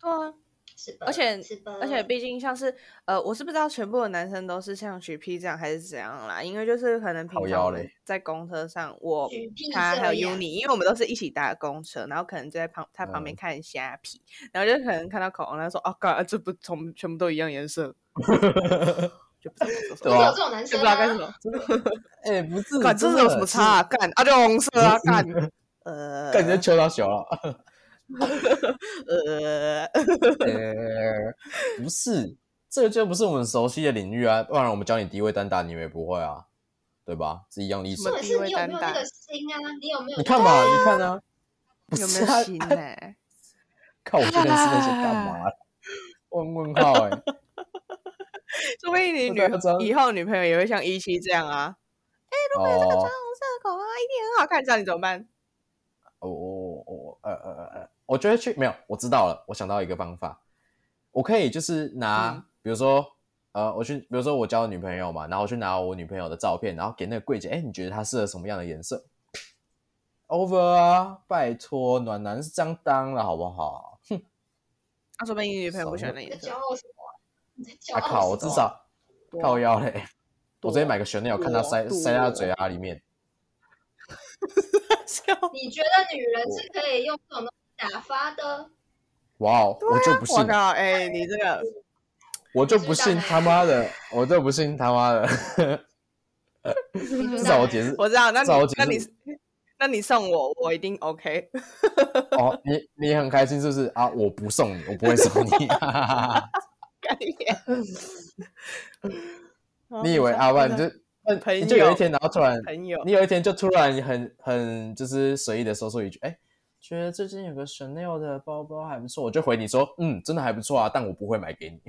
[SPEAKER 1] 对啊，
[SPEAKER 3] 是吧
[SPEAKER 1] 而且
[SPEAKER 3] 是吧
[SPEAKER 1] 而
[SPEAKER 2] 嗯
[SPEAKER 1] 且毕竟像是呃，我是不知道全部的男生都是像许 P 这样还是怎样啦，因为就是可能
[SPEAKER 2] 靠
[SPEAKER 1] 平
[SPEAKER 2] 腰
[SPEAKER 1] 常我们
[SPEAKER 2] 嘞
[SPEAKER 1] 在公车上，我
[SPEAKER 3] 许 P
[SPEAKER 1] 他还
[SPEAKER 3] 这
[SPEAKER 1] 有
[SPEAKER 3] 样
[SPEAKER 1] Uni，因为我们都是一起搭公车，然后可能就在旁他旁边
[SPEAKER 2] 嗯
[SPEAKER 1] 看虾皮，然后就可能看到口红，他说哦，干、啊，这不从全部都一样颜 色，就不知道该说什么
[SPEAKER 2] 对啊
[SPEAKER 3] 就是有这种男
[SPEAKER 1] 就不
[SPEAKER 3] 生、
[SPEAKER 1] 知道
[SPEAKER 3] 啊，
[SPEAKER 1] 该什么，
[SPEAKER 2] 哎、不是，
[SPEAKER 1] 干这
[SPEAKER 2] 真
[SPEAKER 1] 是
[SPEAKER 2] 的
[SPEAKER 1] 有什么差、啊？干啊，就红色啊，干啊呃，
[SPEAKER 2] 感觉求到小了，
[SPEAKER 1] 呃，
[SPEAKER 2] 呃， 不是，这就不是我们熟悉的领域啊，不然我们教你低位单打，你们也不会啊，对吧？是一样的意思
[SPEAKER 1] 什
[SPEAKER 3] 或
[SPEAKER 1] 么。
[SPEAKER 3] 者
[SPEAKER 1] 地
[SPEAKER 3] 是
[SPEAKER 1] 位
[SPEAKER 3] 你有没有
[SPEAKER 1] 单
[SPEAKER 3] 那
[SPEAKER 1] 打
[SPEAKER 3] 个心啊？你有没有？
[SPEAKER 2] 你看吧，你看 啊，不
[SPEAKER 1] 有没
[SPEAKER 2] 是
[SPEAKER 1] 有
[SPEAKER 2] 啊
[SPEAKER 1] 心
[SPEAKER 2] 啊
[SPEAKER 1] 呢、
[SPEAKER 2] 看我去认识那些干嘛？问问号哎、
[SPEAKER 1] 说不定你
[SPEAKER 2] 那
[SPEAKER 1] 女
[SPEAKER 2] 大家知道
[SPEAKER 1] 以后女朋友也会像一七这样啊，
[SPEAKER 2] 哦，
[SPEAKER 1] 红色的口红啊，一定很好看，这样你怎么办？
[SPEAKER 2] 我我我哦呃呃呃呃，我觉得去没有，我知道了，我想到一个方法，我可以就是拿，
[SPEAKER 1] 嗯
[SPEAKER 2] 比如说呃，我去，比如说我交女朋友嘛，然后我去拿我女朋友的照片，然后给那个柜姐，哎，你觉得她适合什么样的颜色？Over 啊，拜托，暖男是这样当了好不好？
[SPEAKER 1] 啊，说不定你女朋友不喜
[SPEAKER 2] 少
[SPEAKER 1] 欢那
[SPEAKER 3] 你在
[SPEAKER 1] 颜
[SPEAKER 3] 骄
[SPEAKER 1] 色，
[SPEAKER 3] 傲什么啊？你在骄
[SPEAKER 2] 啊
[SPEAKER 3] 傲
[SPEAKER 2] 靠，我
[SPEAKER 3] 什
[SPEAKER 2] 至
[SPEAKER 3] 么啊
[SPEAKER 2] 少
[SPEAKER 1] 多
[SPEAKER 2] 靠腰嘞，我直接买个 Chanel，看她
[SPEAKER 1] 多
[SPEAKER 2] 塞塞她的
[SPEAKER 1] 多
[SPEAKER 2] 嘴巴里面。
[SPEAKER 1] 笑
[SPEAKER 3] 你觉得女人是可以用这种东西打发的？
[SPEAKER 2] 哇哦，我就不信
[SPEAKER 1] 啊我，靠，哎、你这 个
[SPEAKER 2] 我就不信他妈的，我就不信他妈的。至少我解释
[SPEAKER 1] 我知道，嗯那你
[SPEAKER 2] 至少我解
[SPEAKER 1] 那
[SPEAKER 2] 释
[SPEAKER 1] 你那你送我，我一定 OK。
[SPEAKER 2] 哦，你你很开心是不是啊？我不送你，我不会 送你。
[SPEAKER 1] 干你娘
[SPEAKER 2] 你以为阿
[SPEAKER 1] 好
[SPEAKER 2] 万
[SPEAKER 1] 真
[SPEAKER 2] 就
[SPEAKER 1] 的
[SPEAKER 2] 那
[SPEAKER 1] 朋
[SPEAKER 2] 你就有
[SPEAKER 1] 友
[SPEAKER 2] 一天，然后突然，
[SPEAKER 1] 哦朋友
[SPEAKER 2] 你有一天就突然很很就是随意的说出一句，哎，觉得最近有个 Chanel 的包包还不错，我就回你说，嗯，真的还不错啊，但我不会买给你。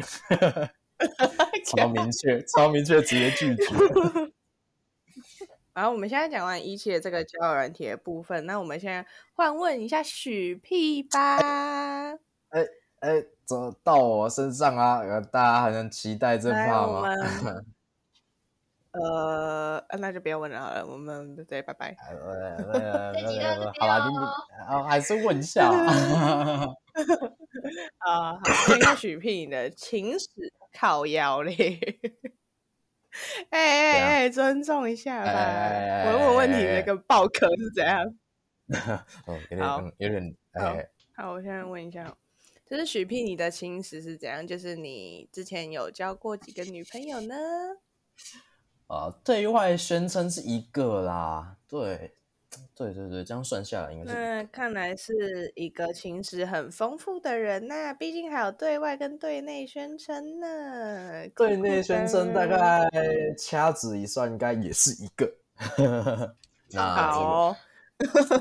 [SPEAKER 2] 超明确，超明确，直接 拒绝。
[SPEAKER 1] 然后我们现在讲完一期的这个交友软体的部分，那我们现在换问一下许屁吧。
[SPEAKER 2] 哎，怎么到我身上啊？呃，大家还能期待这
[SPEAKER 1] 来，
[SPEAKER 2] 趴
[SPEAKER 1] 我
[SPEAKER 2] 吗？
[SPEAKER 1] 们呃，呃那就不要问了好了，我们对，拜拜。
[SPEAKER 2] 呃呃呃
[SPEAKER 3] 这集到这
[SPEAKER 2] 好
[SPEAKER 3] 边
[SPEAKER 2] 啦，你
[SPEAKER 3] 哦
[SPEAKER 2] 你啊，还是问一下啊。
[SPEAKER 1] 啊、好，问一下许屁你的情史靠腰嘞。
[SPEAKER 2] 啊
[SPEAKER 1] 哎哎哎，尊重一下吧！
[SPEAKER 2] 哎哎哎哎
[SPEAKER 1] 我问问题
[SPEAKER 2] 哎哎哎
[SPEAKER 1] 那个爆壳是怎样？
[SPEAKER 2] 哦，有点，
[SPEAKER 1] 好
[SPEAKER 2] 嗯，有点，
[SPEAKER 1] 好
[SPEAKER 2] 哎，
[SPEAKER 1] 好，我现在问一下哦，就是许屁，你的情史是怎样？就是你之前有交过几个女朋友呢？
[SPEAKER 2] 啊，对外宣称是一个啦，对，对对对，这样算下来应该是一
[SPEAKER 1] 那
[SPEAKER 2] 个，
[SPEAKER 1] 看来是一个情史很丰富的人呐、毕竟还有对外跟对内宣称呢。
[SPEAKER 2] 对
[SPEAKER 1] 酷酷
[SPEAKER 2] 内宣称大
[SPEAKER 1] 的
[SPEAKER 2] 概掐指一算，应该也是一 个。那
[SPEAKER 1] 好
[SPEAKER 2] 这个，
[SPEAKER 1] 哦、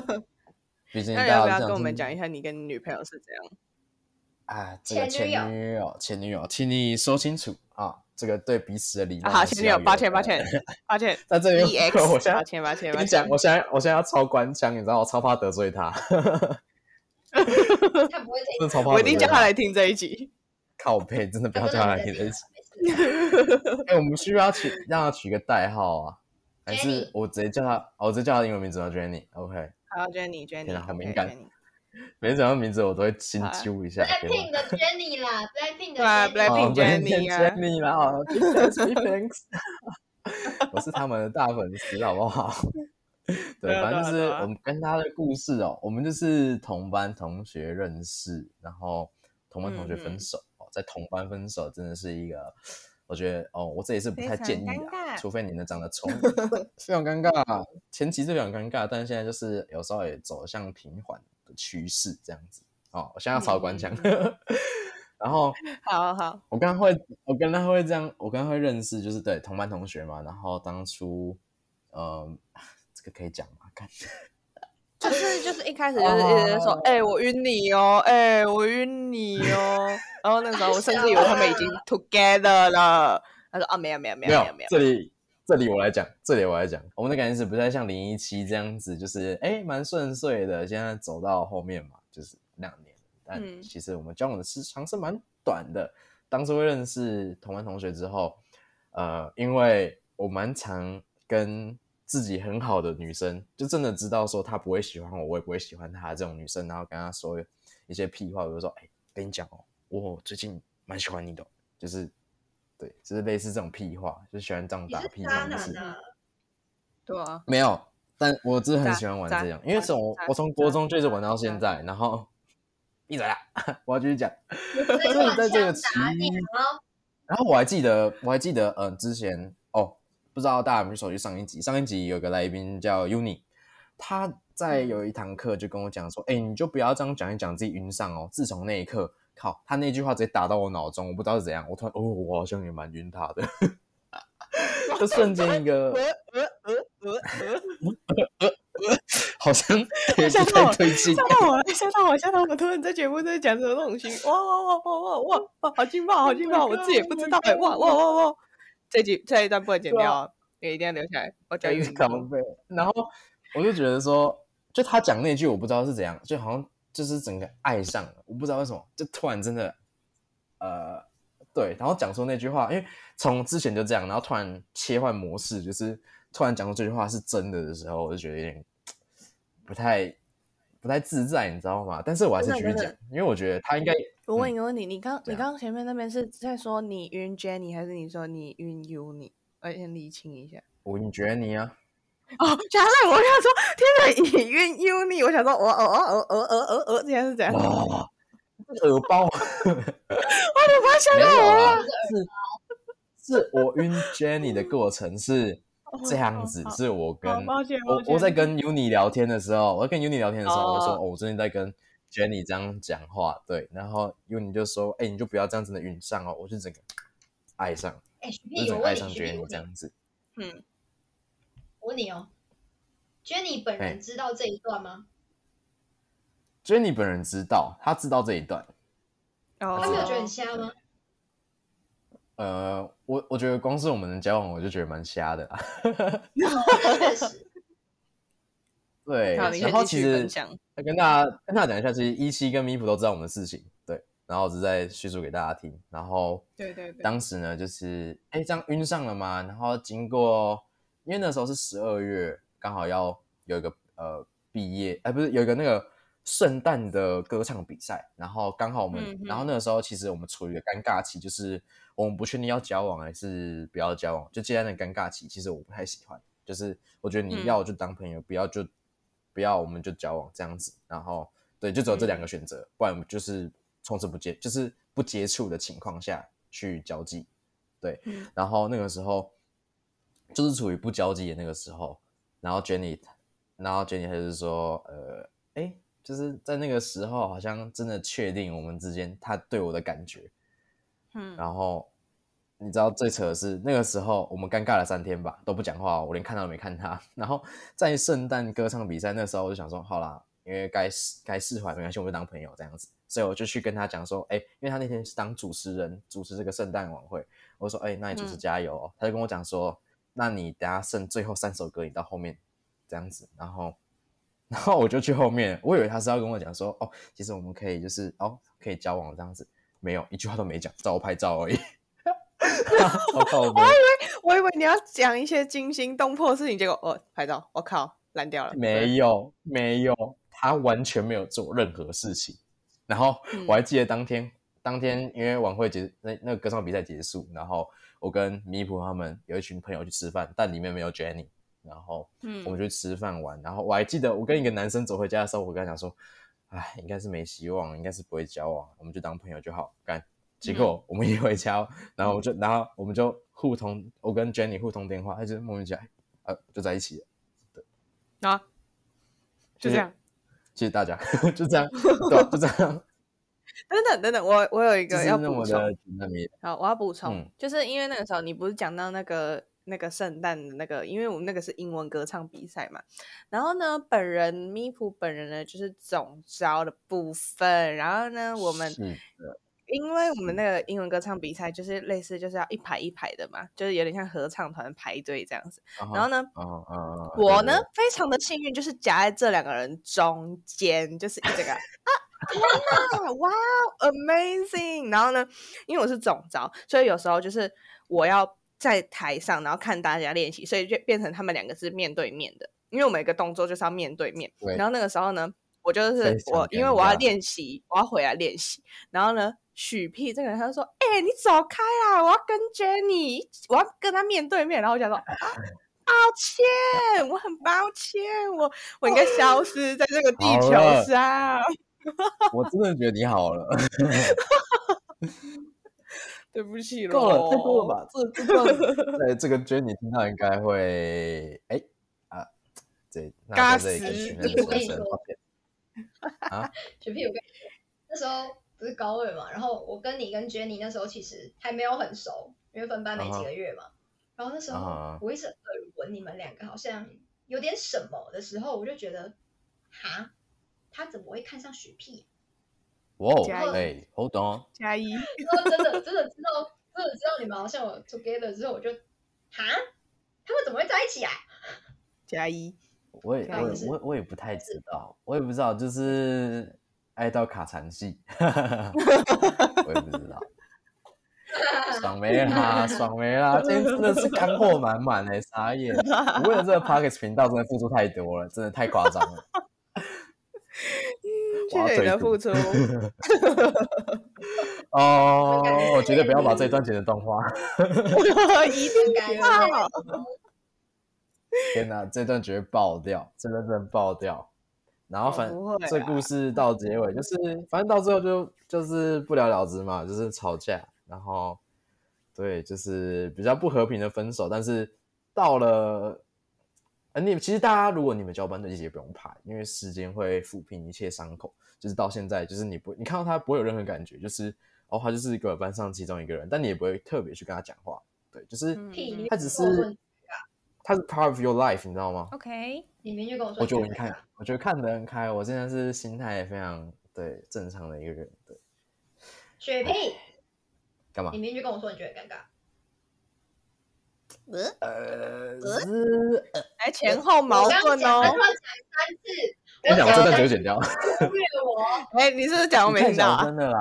[SPEAKER 2] 毕竟
[SPEAKER 1] 那
[SPEAKER 2] 大
[SPEAKER 1] 你要
[SPEAKER 2] 家
[SPEAKER 1] 不要
[SPEAKER 2] 这
[SPEAKER 1] 跟
[SPEAKER 2] 样
[SPEAKER 1] 我们
[SPEAKER 2] 听
[SPEAKER 1] 讲一下你跟你女朋友是怎样？
[SPEAKER 2] 啊，这个前
[SPEAKER 3] 前女友
[SPEAKER 2] 女友，前女友，请你说清楚啊，这个对彼此的礼貌
[SPEAKER 1] 啊、好，
[SPEAKER 2] 还是
[SPEAKER 1] 前女友
[SPEAKER 2] 要，有
[SPEAKER 1] 抱歉，
[SPEAKER 2] 的
[SPEAKER 1] 抱 歉，抱歉
[SPEAKER 2] 在这边，
[SPEAKER 1] ，EX，
[SPEAKER 2] 我现
[SPEAKER 1] 抱
[SPEAKER 2] 在
[SPEAKER 1] 歉，抱歉，
[SPEAKER 2] 跟
[SPEAKER 1] 抱
[SPEAKER 2] 你讲
[SPEAKER 1] 歉，，
[SPEAKER 2] 我现在我现在要超官腔，你知道我超怕得罪他，
[SPEAKER 3] 他不会这
[SPEAKER 2] 真的超怕。
[SPEAKER 1] 我一定叫她来听这一集。
[SPEAKER 2] 靠背，真的不要
[SPEAKER 3] 他
[SPEAKER 2] 叫
[SPEAKER 3] 啊
[SPEAKER 2] 他来
[SPEAKER 3] 真的不
[SPEAKER 2] 听这
[SPEAKER 3] 会这
[SPEAKER 2] 一
[SPEAKER 3] 样
[SPEAKER 2] 集。。
[SPEAKER 3] 没事 啊
[SPEAKER 2] 哎、我们需不需要取让他取个代号啊？还是
[SPEAKER 3] Jenny
[SPEAKER 2] 我直接叫他？哦我直接叫他英文名字叫 Jenny。OK，
[SPEAKER 1] 好，Jenny，Jenny，
[SPEAKER 2] 天哪好
[SPEAKER 1] OK，
[SPEAKER 2] 敏感
[SPEAKER 1] Jenny
[SPEAKER 2] 每次讲到名字我都会心
[SPEAKER 1] 好啊
[SPEAKER 2] 揪一下。给我
[SPEAKER 3] ，Blackpink 的 Jenny 啦，Blackpink 的
[SPEAKER 1] 对啊
[SPEAKER 3] Jennie
[SPEAKER 1] ，Blackpink
[SPEAKER 2] 哦
[SPEAKER 1] Jenny 啊
[SPEAKER 2] Jenny 啦哦 b i thanks，我是他们的大粉丝，好不好？
[SPEAKER 1] 对
[SPEAKER 2] 对，
[SPEAKER 1] 啊
[SPEAKER 2] 反正
[SPEAKER 1] 对啊
[SPEAKER 2] 就
[SPEAKER 1] 对
[SPEAKER 2] 是
[SPEAKER 1] 啊
[SPEAKER 2] 我们跟他的故事哦，我们就是同班同学认识，然后同班同学
[SPEAKER 1] 嗯嗯
[SPEAKER 2] 分手、哦，在同班分手真的是一个，我觉得哦，我这也是不
[SPEAKER 1] 非
[SPEAKER 2] 太
[SPEAKER 1] 常
[SPEAKER 2] 建议
[SPEAKER 1] 尴
[SPEAKER 2] 啊，
[SPEAKER 1] 尬
[SPEAKER 2] 除非你能 长得丑，对非常尴尬，前期是非常尴尬，但是现在就是有时候也走向平缓的趋势这样子哦，我现
[SPEAKER 1] 嗯
[SPEAKER 2] 在要朝关腔， 然后。
[SPEAKER 1] 好好，
[SPEAKER 2] 我跟他会，我跟他会这样，我跟他会认识，就是对同班同学嘛。然后当初，呃， 这个可以讲吗？看，
[SPEAKER 1] 就是就是一开始就是一直在说
[SPEAKER 2] 哦，
[SPEAKER 1] 哎、我晕你哦，哎、我晕你哦。然后那个时候我甚至以为他们 已经 together 了。他说啊，没有没有没有没有没有，
[SPEAKER 2] 这里这里我来讲，这里我来讲。我们的感情是不太像零一七这样子，就是哎蛮顺遂的，现在走到后面嘛，就是两年。
[SPEAKER 1] 嗯
[SPEAKER 2] 但其实我们交往的时长是蛮短的。当初会认识同班同学之后，呃，因为我蛮常跟自己很好的女生，就真的知道说她不会喜欢我，我也不会喜欢她这种女生，然后跟她说一些屁话，比如说，哎、跟你讲哦，我最近蛮喜欢你的哦、就是对，就是类似这种屁话，就喜欢这种
[SPEAKER 3] 你
[SPEAKER 2] 打
[SPEAKER 3] 是
[SPEAKER 2] 屁
[SPEAKER 3] 渣
[SPEAKER 2] 方式
[SPEAKER 3] 男。啊！
[SPEAKER 1] 对啊，
[SPEAKER 2] 没有，但我真的很
[SPEAKER 1] 渣
[SPEAKER 2] 喜欢玩
[SPEAKER 1] 渣
[SPEAKER 2] 这样，因为
[SPEAKER 1] 渣
[SPEAKER 2] 从我
[SPEAKER 1] 渣
[SPEAKER 2] 我从国中就一直玩到现在，然后 闭嘴啦， 我要继续讲。
[SPEAKER 3] 所以
[SPEAKER 2] 所以在这个
[SPEAKER 3] 乱
[SPEAKER 2] 期
[SPEAKER 3] 枪打鸟哦，
[SPEAKER 2] 然后我还记得，我还记得，嗯、之前哦，不知道大家有没有手去上一集，上一集有个来宾叫 Uni，他在有一堂课就跟我讲说，哎、你就不要这样讲一讲自己晕上哦。自从那一刻，靠，他那句话直接打到我脑中，我不知道是怎样，我突然哦，我好像也蛮晕他的， 就瞬间一个
[SPEAKER 1] 呃呃呃呃呃，
[SPEAKER 2] 好像也
[SPEAKER 1] 吓
[SPEAKER 2] 不
[SPEAKER 1] 到我
[SPEAKER 2] 太对劲
[SPEAKER 1] 吓。到我了，吓到我，吓到我！突然在节目在讲什么东西，哇哇哇哇哇哇哇，好劲爆，好劲
[SPEAKER 3] Oh my
[SPEAKER 1] 爆！我自己也
[SPEAKER 3] god,
[SPEAKER 1] 不知
[SPEAKER 3] oh my
[SPEAKER 1] 道哎，哇
[SPEAKER 3] god.
[SPEAKER 1] 哇哇哇！这集这一段不能剪
[SPEAKER 2] 对啊
[SPEAKER 1] 掉哦，也一定要留下来，我脚晕
[SPEAKER 2] 靠背。然后我就觉得说，就他讲那句我不知道是怎样，就好像就是整个爱上了，我不知道为什么，就突然真的，呃，对，然后讲出那句话，因为从之前就这样，然后突然切换模式，就是突然讲出这句话是真的的时候，我就觉得有点不太不太自在，你知道吗？但是我还是
[SPEAKER 1] 真的
[SPEAKER 2] 继续
[SPEAKER 1] 真
[SPEAKER 2] 讲
[SPEAKER 1] 的，
[SPEAKER 2] 因为我觉得他应该
[SPEAKER 1] 我问一个问题，你刚
[SPEAKER 2] 这
[SPEAKER 1] 你
[SPEAKER 2] 样
[SPEAKER 1] 刚前面那边是在说你晕 Jenny，还是你说你晕 Uni？我先厘清一下。
[SPEAKER 2] 我你觉得 你啊，
[SPEAKER 1] 哦，原来我想说，天哪，你晕 Uni，我想说，我哦哦哦哦哦哦哦，竟然是这样，我的
[SPEAKER 2] 哇，耳包。
[SPEAKER 1] 妈，吓
[SPEAKER 2] 没
[SPEAKER 1] 到
[SPEAKER 2] 有
[SPEAKER 1] 我了！
[SPEAKER 2] 啊， 是是我晕 Jenny 的过程是这样子
[SPEAKER 1] 哦，
[SPEAKER 2] 是我跟
[SPEAKER 1] 好抱歉抱
[SPEAKER 2] 我
[SPEAKER 1] 歉
[SPEAKER 2] 我在跟 Uni 聊天的时候，我在跟 Uni 聊天的时候，我说
[SPEAKER 1] 哦
[SPEAKER 2] 哦，我最近在跟 Jenny 这样讲话，对，然后 Uni 就说，哎，你就不要这样子的晕上哦，我就整个爱上，我就
[SPEAKER 3] HP，
[SPEAKER 2] 整
[SPEAKER 3] 哎我
[SPEAKER 2] 个爱
[SPEAKER 3] 问你
[SPEAKER 2] 上
[SPEAKER 3] ，HP，
[SPEAKER 2] Jenny
[SPEAKER 3] 我
[SPEAKER 2] 这
[SPEAKER 3] 问你
[SPEAKER 2] 样子。
[SPEAKER 3] 我问你哦，Jenny 本
[SPEAKER 2] 哎
[SPEAKER 3] 人知道这一段吗？
[SPEAKER 2] Jenny 本人知道，她知道这一段，
[SPEAKER 1] 哦，
[SPEAKER 3] 他没有觉得很 瞎吗？
[SPEAKER 2] 呃，我我觉得光是我们的交往，我就觉得蛮瞎的啊。
[SPEAKER 3] 确实，
[SPEAKER 2] 对，
[SPEAKER 1] 好，你
[SPEAKER 2] 然
[SPEAKER 1] 先
[SPEAKER 2] 后
[SPEAKER 1] 继
[SPEAKER 2] 其
[SPEAKER 1] 续分
[SPEAKER 2] 实
[SPEAKER 1] 享。
[SPEAKER 2] 那跟大家跟大家讲一下，其实一期跟咪普都知道我们的事情，对，然后我只是在叙述给大家听。然后
[SPEAKER 1] 对对对，
[SPEAKER 2] 当时呢，就是哎，这样晕上了嘛，然后经过，因为那时候是十二月，刚好要有一个呃毕业，哎，不是有一个那个圣诞的歌唱比赛，然后刚好我们，
[SPEAKER 1] 嗯哼
[SPEAKER 2] 然后那个时候其实我们处于一个尴尬期，就是我们不确定要交往还是不要交往，就接下来的尴尬期，其实我不太喜欢。就是我觉得你
[SPEAKER 1] 嗯
[SPEAKER 2] 要就当朋友，不要就不要，我们就交往这样子。然后对，就只有这两个
[SPEAKER 1] 嗯
[SPEAKER 2] 选择，不然就是从此不接，就是不接触的情况下去交际。对，
[SPEAKER 1] 嗯
[SPEAKER 2] 然后那个时候就是处于不交际的那个时候，然后 Jenny，然后 Jenny 她就是说，呃，哎，就是在那个时候好像真的确定我们之间他对我的感觉，
[SPEAKER 1] 嗯，
[SPEAKER 2] 然后你知道最扯的是，那个时候我们尴尬了三天吧，都不讲话哦，我连看都没看他。 然后在圣诞歌唱比赛那时候，我就想说，好啦，因为该释该释怀没关系，我们就当朋友这样子。所以我就去跟他讲说，哎、因为他那天是当主持人，主持这个圣诞晚会，我就说，哎、那你主持
[SPEAKER 1] 嗯
[SPEAKER 2] 加油、哦。他就跟我讲说，那你等下剩最后三首歌，你到后面这样子，然后。然后我就去后面，我以为他是要跟我讲说，哦，其实我们可以就是哦，可以交往这样子，没有一句话都没讲，找我拍照而已。 超靠背，哦
[SPEAKER 1] 我以为你要讲一些惊心动魄的事情，结果哦，拍照，我靠，烂掉了。
[SPEAKER 2] 没有没有，他完全没有做任何事情。然后
[SPEAKER 1] 嗯
[SPEAKER 2] 我还记得当天，当天因为晚会结那那个歌唱比赛结束，然后我跟米普他们有一群朋友去吃饭，但里面没有 Jenny。然后
[SPEAKER 1] 嗯
[SPEAKER 2] 我们就去吃饭玩，然后我还记得我跟一个男生走回家的时候，我跟他讲说，哎，应该是没希望，应该是不会交往，我们就当朋友就好干。结
[SPEAKER 1] 嗯
[SPEAKER 2] 果我们一回家，哦然后我就然后我们就互通，我跟 Jenny 互通电话，他就莫名其妙呃就在一起了。
[SPEAKER 1] 啊，就这样。
[SPEAKER 2] 谢谢大家， 就这样，对、啊，就这样，
[SPEAKER 1] 等等等等，我我有一
[SPEAKER 2] 就
[SPEAKER 1] 个
[SPEAKER 2] 是
[SPEAKER 1] 要
[SPEAKER 2] 那么
[SPEAKER 1] 补
[SPEAKER 2] 的
[SPEAKER 1] 充，
[SPEAKER 2] 简单明了
[SPEAKER 1] 好，我要补充，
[SPEAKER 2] 嗯
[SPEAKER 1] 就是因为那个时候你不是讲到那个那个圣诞的那个，因为我们那个是英文歌唱比赛嘛，然后呢，本人咪普本人呢就是总招的部分，然后呢，我们
[SPEAKER 2] 是嗯的
[SPEAKER 1] 因为我们那个英文歌唱比赛就是类似就是要一排一排的嘛，就是有点像合唱团排队这样子，然后，呢，
[SPEAKER 2] 啊啊啊，
[SPEAKER 1] 我呢，非常的幸运，就是夹在这两个人中间，就是一整个啊，天哪，哇，amazing！然后呢，因为我是总招，所以有时候就是我要在台上，然后看大家练习，所以就变成他们两个是面对面的，因为我每个动作就是要面对面。
[SPEAKER 2] 对
[SPEAKER 1] 然后那个时候呢，我就是
[SPEAKER 2] 非常
[SPEAKER 1] 我，因为我要
[SPEAKER 2] 尴尬
[SPEAKER 1] 练习，我要回来练习，然后呢，许屁这个人他就说：“哎、你走开啦！我要跟 Jenny，我要跟他面对面。”然后我想说：“啊，抱歉，我很抱歉，我我应该消失在这个地
[SPEAKER 2] 好
[SPEAKER 1] 球
[SPEAKER 2] 了
[SPEAKER 1] 上，
[SPEAKER 2] 对对我真的觉得你好了，
[SPEAKER 1] 对不起
[SPEAKER 2] 够了，
[SPEAKER 1] 咯
[SPEAKER 2] 太多了？吧？这这段，对这个 Jenny 听到应该会，哎啊，这那
[SPEAKER 1] 尬
[SPEAKER 2] 在这里跟
[SPEAKER 1] 死你
[SPEAKER 2] 前面的
[SPEAKER 3] 我跟
[SPEAKER 2] 学
[SPEAKER 3] 你
[SPEAKER 2] 生
[SPEAKER 3] 说
[SPEAKER 2] 道歉。
[SPEAKER 3] 雪屁，我跟你说，那时候不是高二嘛，然后我跟你跟 Jenny 那时候其实还没有很熟，因为分班没几个月嘛。然后那时
[SPEAKER 2] 啊
[SPEAKER 3] 候我一直耳闻你们两个好像有点什么的时候，我就觉得，哈，他怎么会看上啊雪屁、
[SPEAKER 2] 哇哦，
[SPEAKER 1] 加油
[SPEAKER 2] 哎，Hold on，
[SPEAKER 1] 加一，
[SPEAKER 3] 然后真的真的知道真的知道你们好像有 together 之后，我就哈，他们怎么会在一起啊？
[SPEAKER 1] 加一，
[SPEAKER 2] 我也
[SPEAKER 1] 对啊
[SPEAKER 2] 我
[SPEAKER 1] 就
[SPEAKER 2] 也
[SPEAKER 3] 是
[SPEAKER 2] 我也我也不太知道，我也不知道，就是爱到卡残系， 我也不知道。爽没啦，爽没啦！今天真的是干货满满哎，傻眼！我为了这 个 Pockets 频道真的付出太多了，真的太夸张了。我要
[SPEAKER 1] 嗯谢谢你
[SPEAKER 2] 追
[SPEAKER 1] 的
[SPEAKER 2] 逐
[SPEAKER 1] 付出，
[SPEAKER 2] 哦
[SPEAKER 3] 我感觉，
[SPEAKER 2] 我绝对不要把这一段剪成动画。
[SPEAKER 1] 一
[SPEAKER 3] 应
[SPEAKER 1] 定
[SPEAKER 3] 该
[SPEAKER 1] 要。
[SPEAKER 2] 天哪，这段绝对爆掉，这段真的爆掉。然后反
[SPEAKER 1] 哦不会啦
[SPEAKER 2] 这故事到结尾就是，反正到最后就就是不了了之嘛，就是吵架，然后对，就是比较不和平的分手。但是到了，呃，你其实大家如果你们交班对，其实也不用怕，因为时间会抚平一切伤口。就是到现在，就是你不你看到他不会有任何感觉，就是哦，他就是一个班上其中一个人，但你也不会特别去跟他讲话。对，就是
[SPEAKER 1] 嗯
[SPEAKER 3] 屁，你
[SPEAKER 2] 他只是
[SPEAKER 3] 明明就跟我说
[SPEAKER 2] 他是 part of your life，你知道吗？
[SPEAKER 4] OK，
[SPEAKER 3] 你明明就跟我说，
[SPEAKER 2] 我觉得我已经看，我觉得看得很开，我现在是心态非常对正常的一个人，对，
[SPEAKER 3] 雪屁，
[SPEAKER 2] 干嘛
[SPEAKER 3] 你？明明就跟我说你觉得很尴尬，
[SPEAKER 2] 呃，是，
[SPEAKER 1] 来哎前后矛
[SPEAKER 3] 我刚刚
[SPEAKER 1] 盾
[SPEAKER 3] 讲，他
[SPEAKER 1] 哦
[SPEAKER 3] 突。然
[SPEAKER 2] 我想
[SPEAKER 3] 讲三次，
[SPEAKER 2] 这段
[SPEAKER 3] 讲
[SPEAKER 2] 就剪掉，
[SPEAKER 3] 忽略我，
[SPEAKER 1] 哎，你是不是讲我没
[SPEAKER 2] 太
[SPEAKER 1] 听到
[SPEAKER 2] 小
[SPEAKER 1] 啊？
[SPEAKER 2] 声了啦，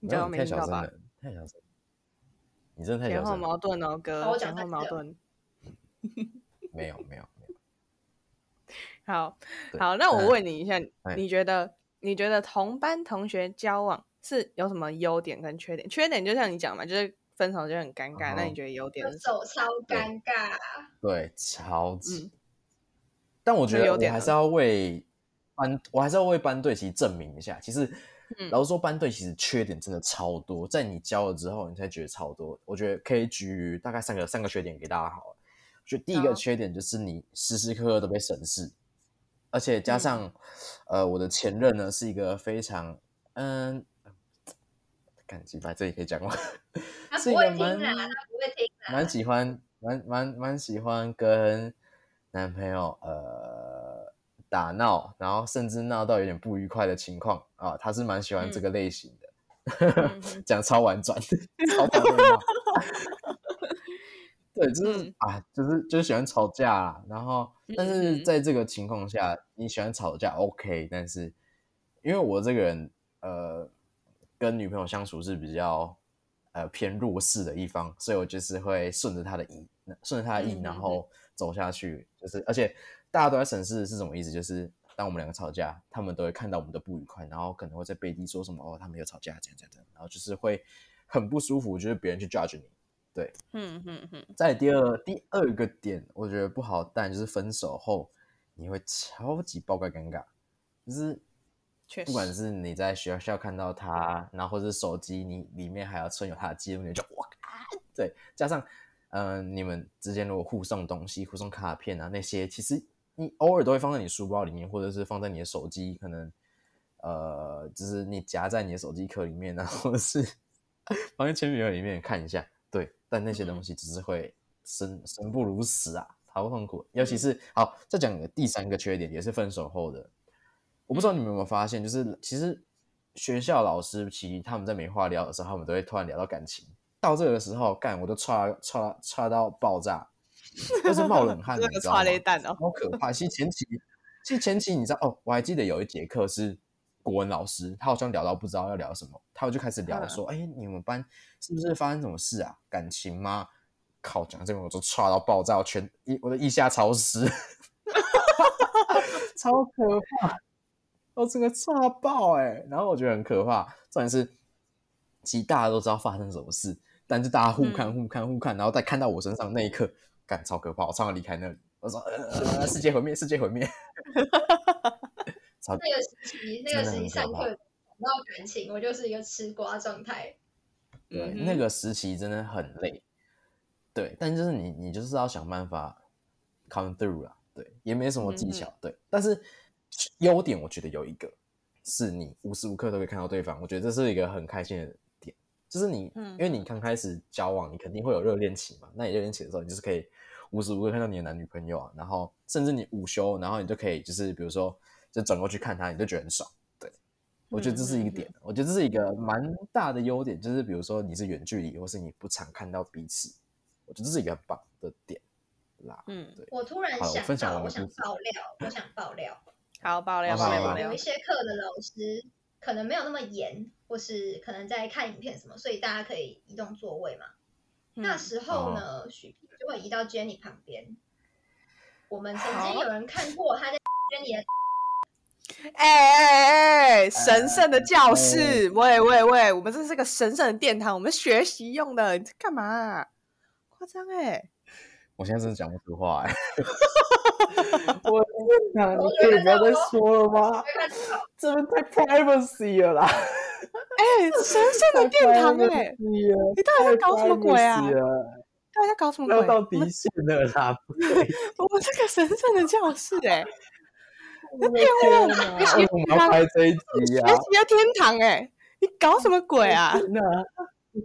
[SPEAKER 1] 你
[SPEAKER 2] 没
[SPEAKER 1] 讲
[SPEAKER 2] 有
[SPEAKER 1] 我
[SPEAKER 2] 你
[SPEAKER 1] 没
[SPEAKER 2] 太
[SPEAKER 1] 听
[SPEAKER 2] 小
[SPEAKER 1] 到
[SPEAKER 2] 声
[SPEAKER 1] 吧？
[SPEAKER 2] 了，太小声了，你真的太
[SPEAKER 1] 前
[SPEAKER 2] 小
[SPEAKER 1] 后
[SPEAKER 2] 声
[SPEAKER 1] 矛
[SPEAKER 2] 了，
[SPEAKER 1] 盾哦，
[SPEAKER 3] 好
[SPEAKER 1] 哥，
[SPEAKER 3] 我
[SPEAKER 1] 前
[SPEAKER 3] 讲
[SPEAKER 1] 后
[SPEAKER 3] 三
[SPEAKER 1] 矛
[SPEAKER 3] 次了
[SPEAKER 1] 盾。
[SPEAKER 2] 没有没有没有，
[SPEAKER 1] 好
[SPEAKER 2] 对
[SPEAKER 1] 好，那我
[SPEAKER 2] 嗯
[SPEAKER 1] 问你一下，
[SPEAKER 2] 哎
[SPEAKER 1] 你觉得你觉得同班同学交往是有什么优点跟缺点？缺点就像你讲嘛，就是分手就很尴尬。那
[SPEAKER 2] 嗯
[SPEAKER 1] 你觉得优点
[SPEAKER 3] 分
[SPEAKER 1] 是什么？
[SPEAKER 3] 手超尴尬。
[SPEAKER 2] 对，超级，
[SPEAKER 1] 嗯
[SPEAKER 2] 但我觉
[SPEAKER 1] 那
[SPEAKER 2] 得
[SPEAKER 1] 有
[SPEAKER 2] 我
[SPEAKER 1] 点
[SPEAKER 2] 还
[SPEAKER 1] 呢
[SPEAKER 2] 是要为班，我还是要为班队其实证明一下，其实
[SPEAKER 1] 嗯
[SPEAKER 2] 老实说，班队其实缺点真的超多，在你交了之后，你才觉得超多。我觉得可以举大概三个三个缺点给大家好了。我觉得第一个
[SPEAKER 1] 好
[SPEAKER 2] 缺点就是你时时刻刻都被审视，而且加
[SPEAKER 3] 嗯
[SPEAKER 2] 上、呃，我的前任呢是一个非常嗯。感激吧，这里可以讲吗？
[SPEAKER 3] 他
[SPEAKER 2] 是一
[SPEAKER 3] 不会
[SPEAKER 2] 个
[SPEAKER 3] 听
[SPEAKER 2] 蛮
[SPEAKER 3] 啦，他不会听啦。
[SPEAKER 2] 蛮喜欢，蛮蛮蛮喜欢跟男朋友呃打闹，然后甚至闹到有点不愉快的情况啊，他是蛮喜欢这个类型的。
[SPEAKER 1] 嗯 哼
[SPEAKER 2] 讲超婉转，超反对骂。 对，就是、
[SPEAKER 1] 嗯
[SPEAKER 2] 啊，就是就是喜欢吵架啦。然后，但是
[SPEAKER 1] 嗯嗯
[SPEAKER 2] 在这个情况下，你喜欢吵架 OK，但是因为我这个人，呃，跟女朋友相处是比较呃偏弱势的一方，所以我就是会顺着她的意，顺着她的意，
[SPEAKER 1] 嗯嗯
[SPEAKER 2] 然
[SPEAKER 1] 嗯
[SPEAKER 2] 后走下去。就是而且大家都在审视是什么意思，就是。当我们两个吵架，他们都会看到我们的不愉快，然后可能会在背地说什么“哦，他们有吵架”这样这样这样，然后就是会很不舒服，就是别人去 judge 你。
[SPEAKER 1] 嗯嗯嗯，
[SPEAKER 2] 再第二第二个点，我觉得不好但就是分手后你会超级爆肝尴尬，就是
[SPEAKER 1] 确
[SPEAKER 2] 不管
[SPEAKER 1] 实
[SPEAKER 2] 是你在学校看到他，然后或者是手机你里面还要存有他的记录，你就哇，对，加上嗯、呃你们之间如果互送东西、互送卡片啊那些，其实你偶尔都会放在你书包里面，或者是放在你的手机，可能呃就是你夹在你的手机壳里面啊，然 后是放在铅笔盒里面看一下，对，但那些东西只是会生生不如死啊，好痛苦。尤其是好，再讲个第三个缺点，也是分手后的。我不知道你们有没有发现，就是其实学校老师其实他们在没话聊的时候，他们都会突然聊到感情。到这个时候，干我都差差差到爆炸，就是冒 冷汗，
[SPEAKER 1] 这
[SPEAKER 2] 你
[SPEAKER 1] 个
[SPEAKER 2] 知道吗
[SPEAKER 1] 抓？雷弹哦。
[SPEAKER 2] 好可怕！其实前期，其实前期你知道哦，我还记得有一节课是国文老师，他好像聊到不知道要聊什么，他就开始聊
[SPEAKER 1] 嗯
[SPEAKER 2] 说：“哎、你们班是不是发生什么事啊？感情吗？”靠，讲到这边我都差到爆炸，我全一我的腋下潮湿，超可怕， 我整个炸爆哎、然后我觉得很可怕，重点是，其实大家都知道发生什么事，但是大家互看、互看、互看，然后再看到我身上那一刻，感超可怕，我差点离开那里。我说：“呃呃，呃世界毁灭，世界毁灭。
[SPEAKER 3] 那个时期，那个时期上
[SPEAKER 2] 真的很可怕
[SPEAKER 3] 课讲到感情，我就是一个吃瓜状态。”
[SPEAKER 2] 对，
[SPEAKER 1] 嗯
[SPEAKER 2] 那
[SPEAKER 1] 哼
[SPEAKER 2] 个时期真的很累。对，但就是你，你就是要想办法 come through 啦。对，对，也没什么技
[SPEAKER 1] 嗯
[SPEAKER 2] 巧，对。但是优点我觉得有一个是你无时无刻都可以看到对方，我觉得这是一个很开心的点，就是你、
[SPEAKER 1] 嗯
[SPEAKER 2] 因为你刚开始交往，你肯定会有热恋期嘛，那你热恋期的时候，你就是可以无时无刻看到你的男女朋友啊，然后甚至你午休，然后你就可以就是比如说就转过去看他，你就觉得很爽。对，我觉得这是一个
[SPEAKER 1] 嗯嗯
[SPEAKER 2] 点，我觉得这是一个蛮大的优点，就是比如说你是远距离，或是你不常看到彼此，我觉得这是一个很棒的点啦。
[SPEAKER 1] 嗯，
[SPEAKER 3] 我突然
[SPEAKER 2] 好我
[SPEAKER 3] 想
[SPEAKER 2] 分享
[SPEAKER 3] 到，
[SPEAKER 2] 我
[SPEAKER 3] 我
[SPEAKER 2] 的
[SPEAKER 3] 想
[SPEAKER 2] 故事
[SPEAKER 3] 爆料，我想爆料。
[SPEAKER 1] 好，爆料爆
[SPEAKER 2] 好好
[SPEAKER 1] 料
[SPEAKER 2] 好
[SPEAKER 1] 爆
[SPEAKER 3] 是
[SPEAKER 1] 料
[SPEAKER 3] 有一，些课的老师可能没有那么严，或是可能在看影片什么，所以大家可以移动座位嘛。那
[SPEAKER 1] 嗯
[SPEAKER 3] 时候呢，许平就会移到 Jenny 旁边。我们曾经有人看过 他在 Jenny 的，
[SPEAKER 1] 哎哎哎，神圣的
[SPEAKER 2] 哦
[SPEAKER 1] 教室，喂喂喂，我们这是个神圣的殿堂，我们学习用的，你在干嘛啊、夸张哎，
[SPEAKER 2] 我现在真的讲不出话哎、我天哪！你可以不要再说了吗？这边太 privacy 了啦！
[SPEAKER 1] 哎，神圣的殿堂哎、
[SPEAKER 2] 你
[SPEAKER 1] 你到底在搞什么鬼啊？到底在搞什么鬼？
[SPEAKER 2] 要到
[SPEAKER 1] 我
[SPEAKER 2] 底
[SPEAKER 1] 们
[SPEAKER 2] 线了啦！不可以
[SPEAKER 1] 我们这个神圣的教室哎、
[SPEAKER 2] 天哪！为什么要拍这一集
[SPEAKER 1] 学
[SPEAKER 2] 啊？
[SPEAKER 1] 习的天堂哎、你搞什么鬼啊？
[SPEAKER 2] 那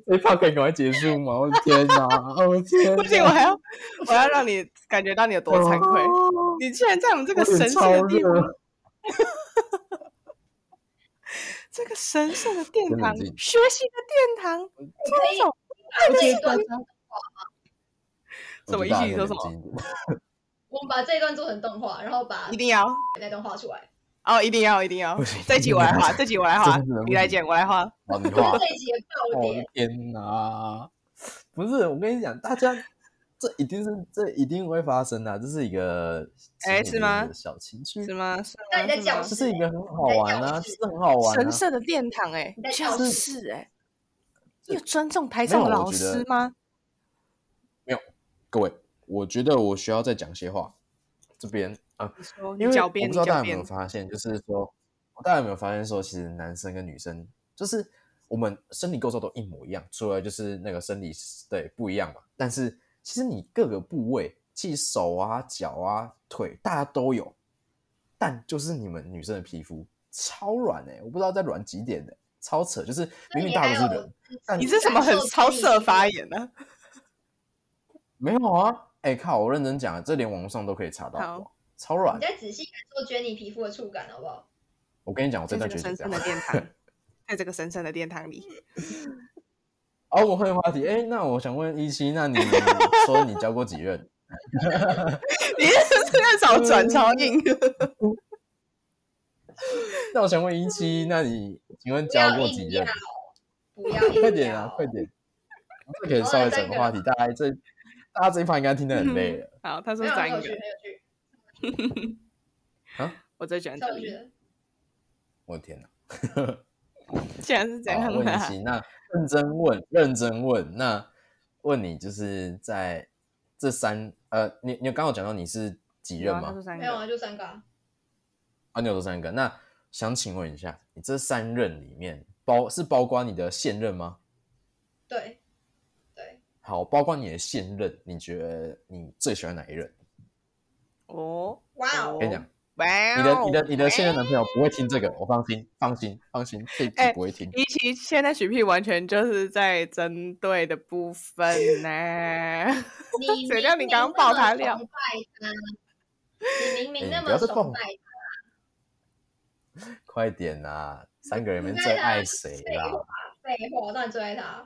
[SPEAKER 2] 这一趴可以赶快结束吗？我的天哪！我的天哪！
[SPEAKER 1] 不行，我还要我要让你感觉到你有多惭愧，
[SPEAKER 2] 哦
[SPEAKER 1] 你竟然在我们这
[SPEAKER 2] 我
[SPEAKER 1] 个
[SPEAKER 2] 脸
[SPEAKER 1] 神圣
[SPEAKER 2] 超
[SPEAKER 1] 的地
[SPEAKER 2] 热
[SPEAKER 1] 方。这个神圣的殿
[SPEAKER 2] 真的
[SPEAKER 1] 堂，
[SPEAKER 2] 自己
[SPEAKER 1] 学习的殿堂，
[SPEAKER 3] 可以
[SPEAKER 1] 这种
[SPEAKER 3] 把这一段，
[SPEAKER 1] 什么意思？你说什么？？
[SPEAKER 3] 我们把这一段做成动画，然后把
[SPEAKER 1] 一定要
[SPEAKER 3] 那段画出来。
[SPEAKER 1] 哦，一定要，一定要
[SPEAKER 2] 不行！
[SPEAKER 1] 这一集我来画，这集我来画
[SPEAKER 2] 真的，不
[SPEAKER 1] 你来
[SPEAKER 2] 行
[SPEAKER 1] 剪，我来画。
[SPEAKER 2] 好，你
[SPEAKER 3] 这
[SPEAKER 2] 画。
[SPEAKER 3] 是这一集的
[SPEAKER 1] 哦
[SPEAKER 3] 爆
[SPEAKER 2] 我
[SPEAKER 3] 点
[SPEAKER 2] 的，哦天哪！不是，我跟你讲，大家这一定是这一定会发生的啊、这是一个
[SPEAKER 1] 哎
[SPEAKER 2] 心
[SPEAKER 1] 是
[SPEAKER 2] 理
[SPEAKER 1] 吗
[SPEAKER 2] 的小情趣，
[SPEAKER 1] 是吗？是
[SPEAKER 3] 那
[SPEAKER 1] 吗
[SPEAKER 3] 你在
[SPEAKER 1] 是
[SPEAKER 3] 讲
[SPEAKER 1] 吗
[SPEAKER 2] 这是一个很好玩啊，这是很好玩、啊。
[SPEAKER 1] 神圣的殿堂哎、
[SPEAKER 3] 你在
[SPEAKER 1] 教
[SPEAKER 3] 教室
[SPEAKER 1] 室哎、你有尊重台上
[SPEAKER 2] 没
[SPEAKER 1] 的
[SPEAKER 2] 有我
[SPEAKER 1] 老
[SPEAKER 2] 觉得
[SPEAKER 1] 师吗？
[SPEAKER 2] 各位，我觉得我需要再讲些话。这边啊，
[SPEAKER 1] 你说，
[SPEAKER 2] 因
[SPEAKER 1] 你
[SPEAKER 2] 为
[SPEAKER 1] 狡
[SPEAKER 2] 我
[SPEAKER 1] 辩，你
[SPEAKER 2] 不知道大
[SPEAKER 1] 狡
[SPEAKER 2] 家有没有
[SPEAKER 1] 辩。
[SPEAKER 2] 发现，就是说，大家有没有发现说，其实男生跟女生就是我们生理构造都一模一样，除了就是那个生理对不一样嘛。但是其实你各个部位，其实手啊、脚啊、腿，大家都有，但就是你们女生的皮肤超软哎、我不知道在软几点的、欸超扯，就是
[SPEAKER 3] 所以
[SPEAKER 2] 明明
[SPEAKER 3] 你
[SPEAKER 2] 大
[SPEAKER 3] 还
[SPEAKER 2] 家都是
[SPEAKER 3] 有
[SPEAKER 2] 人，
[SPEAKER 3] 自己
[SPEAKER 2] 但
[SPEAKER 1] 你是什么很
[SPEAKER 3] 感受
[SPEAKER 1] 超
[SPEAKER 3] 自己
[SPEAKER 1] 色发言啊呢、
[SPEAKER 2] 没有啊？哎、靠，我认真讲，这连网络上都可以查到
[SPEAKER 1] 好
[SPEAKER 2] 过，超软
[SPEAKER 3] 你。再仔细感受 Jenny 皮肤的触感，好不好？
[SPEAKER 2] 我跟你讲，我
[SPEAKER 1] 在这
[SPEAKER 2] 这段
[SPEAKER 1] 个
[SPEAKER 2] 绝
[SPEAKER 1] 神
[SPEAKER 2] 对这
[SPEAKER 1] 圣
[SPEAKER 2] 样
[SPEAKER 1] 的。殿 堂，在这个神圣的殿堂里，
[SPEAKER 2] 哦，我换个话题，哎，那我想问一七， 那你说你交过几任？
[SPEAKER 1] 你是那种转超硬。
[SPEAKER 2] 嗯那我想问一七，那你请问
[SPEAKER 3] 不
[SPEAKER 2] 交
[SPEAKER 3] 要
[SPEAKER 2] 过
[SPEAKER 3] 硬
[SPEAKER 2] 几
[SPEAKER 3] 要
[SPEAKER 2] 任？，
[SPEAKER 3] 不要硬要，
[SPEAKER 2] 快点啊，快点！这可以稍微转个话题，大家这大家这一趴应该听得很
[SPEAKER 3] 嗯
[SPEAKER 2] 累了
[SPEAKER 1] 好，他说
[SPEAKER 3] 没有
[SPEAKER 1] 转
[SPEAKER 3] 很
[SPEAKER 1] 一
[SPEAKER 3] 有趣，很
[SPEAKER 1] 个，
[SPEAKER 3] 有趣，
[SPEAKER 2] 啊！
[SPEAKER 1] 我最喜欢
[SPEAKER 3] 超
[SPEAKER 1] 这
[SPEAKER 3] 有趣
[SPEAKER 1] 里，
[SPEAKER 3] 的。
[SPEAKER 2] 我的天 哪！
[SPEAKER 1] 竟然是这
[SPEAKER 2] 好，
[SPEAKER 1] 样
[SPEAKER 2] 问一
[SPEAKER 1] 啊！
[SPEAKER 2] 七，那认真问，认真问，那问你就是在这三呃，你你刚刚有讲到你是几
[SPEAKER 1] 有
[SPEAKER 2] 任
[SPEAKER 1] 啊
[SPEAKER 2] 吗
[SPEAKER 1] 他说？三
[SPEAKER 3] 没有
[SPEAKER 1] 个，
[SPEAKER 3] 啊，就三个、啊。
[SPEAKER 2] 啊，你有多三个？那想请问一下，你这三任里面包是包括你的现任吗？
[SPEAKER 3] 对，对，
[SPEAKER 2] 好，包括你的现任，你觉得你最喜欢哪一任？
[SPEAKER 1] 哦，
[SPEAKER 3] 哇哦
[SPEAKER 2] 我跟你讲，
[SPEAKER 1] 哇哦
[SPEAKER 2] 你的、你的、你的现任
[SPEAKER 1] 在
[SPEAKER 2] 男朋友不会听这个，我放心，放心，放心，这一集
[SPEAKER 1] 哎
[SPEAKER 2] 不会听。
[SPEAKER 1] 一期现在许屁完全就是在针对的部分呢、
[SPEAKER 3] 你
[SPEAKER 1] 谁
[SPEAKER 3] 明
[SPEAKER 1] 叫你
[SPEAKER 3] 明
[SPEAKER 1] 刚
[SPEAKER 3] 那
[SPEAKER 1] 刚爆
[SPEAKER 3] 么
[SPEAKER 1] 他料
[SPEAKER 3] 崇拜他，你明
[SPEAKER 2] 哎
[SPEAKER 3] 明那
[SPEAKER 2] 你不要
[SPEAKER 3] 么
[SPEAKER 2] 再
[SPEAKER 3] 崇
[SPEAKER 2] 蹦
[SPEAKER 3] 拜他，
[SPEAKER 2] 快点啊！三个人里面
[SPEAKER 3] 你
[SPEAKER 2] 最
[SPEAKER 3] 在哪
[SPEAKER 2] 爱
[SPEAKER 3] 里
[SPEAKER 2] 谁
[SPEAKER 3] 废
[SPEAKER 2] 啦？
[SPEAKER 3] 话，废话，我当然最爱他。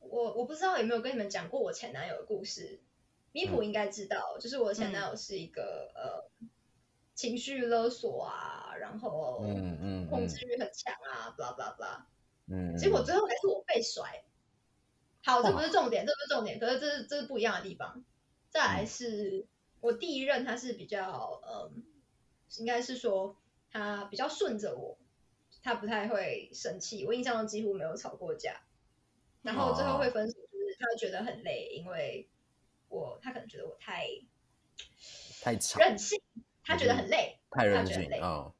[SPEAKER 3] 我我不知道有没有跟你们讲过我前男友的故事，米
[SPEAKER 2] 嗯
[SPEAKER 3] 普应该知道，就是我
[SPEAKER 1] 嗯
[SPEAKER 3] 前男友是一个、呃情绪勒索啊，然后
[SPEAKER 2] 嗯嗯
[SPEAKER 3] 控制欲很强啊，blah blah blah。
[SPEAKER 2] 嗯，
[SPEAKER 3] 结果最后还是我被甩。好，这不是重点，这不是重点，可是这是这是不一样的地方。再来是我第一任，他是比较嗯应该是说他比较顺着我，他不太会生气，我印象中几乎没有吵过架。然后最后会分手，就是他觉得很累，因为我他可能觉得我太
[SPEAKER 2] 太吵，
[SPEAKER 3] 任性，他觉得很累。
[SPEAKER 2] 太任
[SPEAKER 3] 觉得
[SPEAKER 2] 性
[SPEAKER 3] 累
[SPEAKER 2] 啊、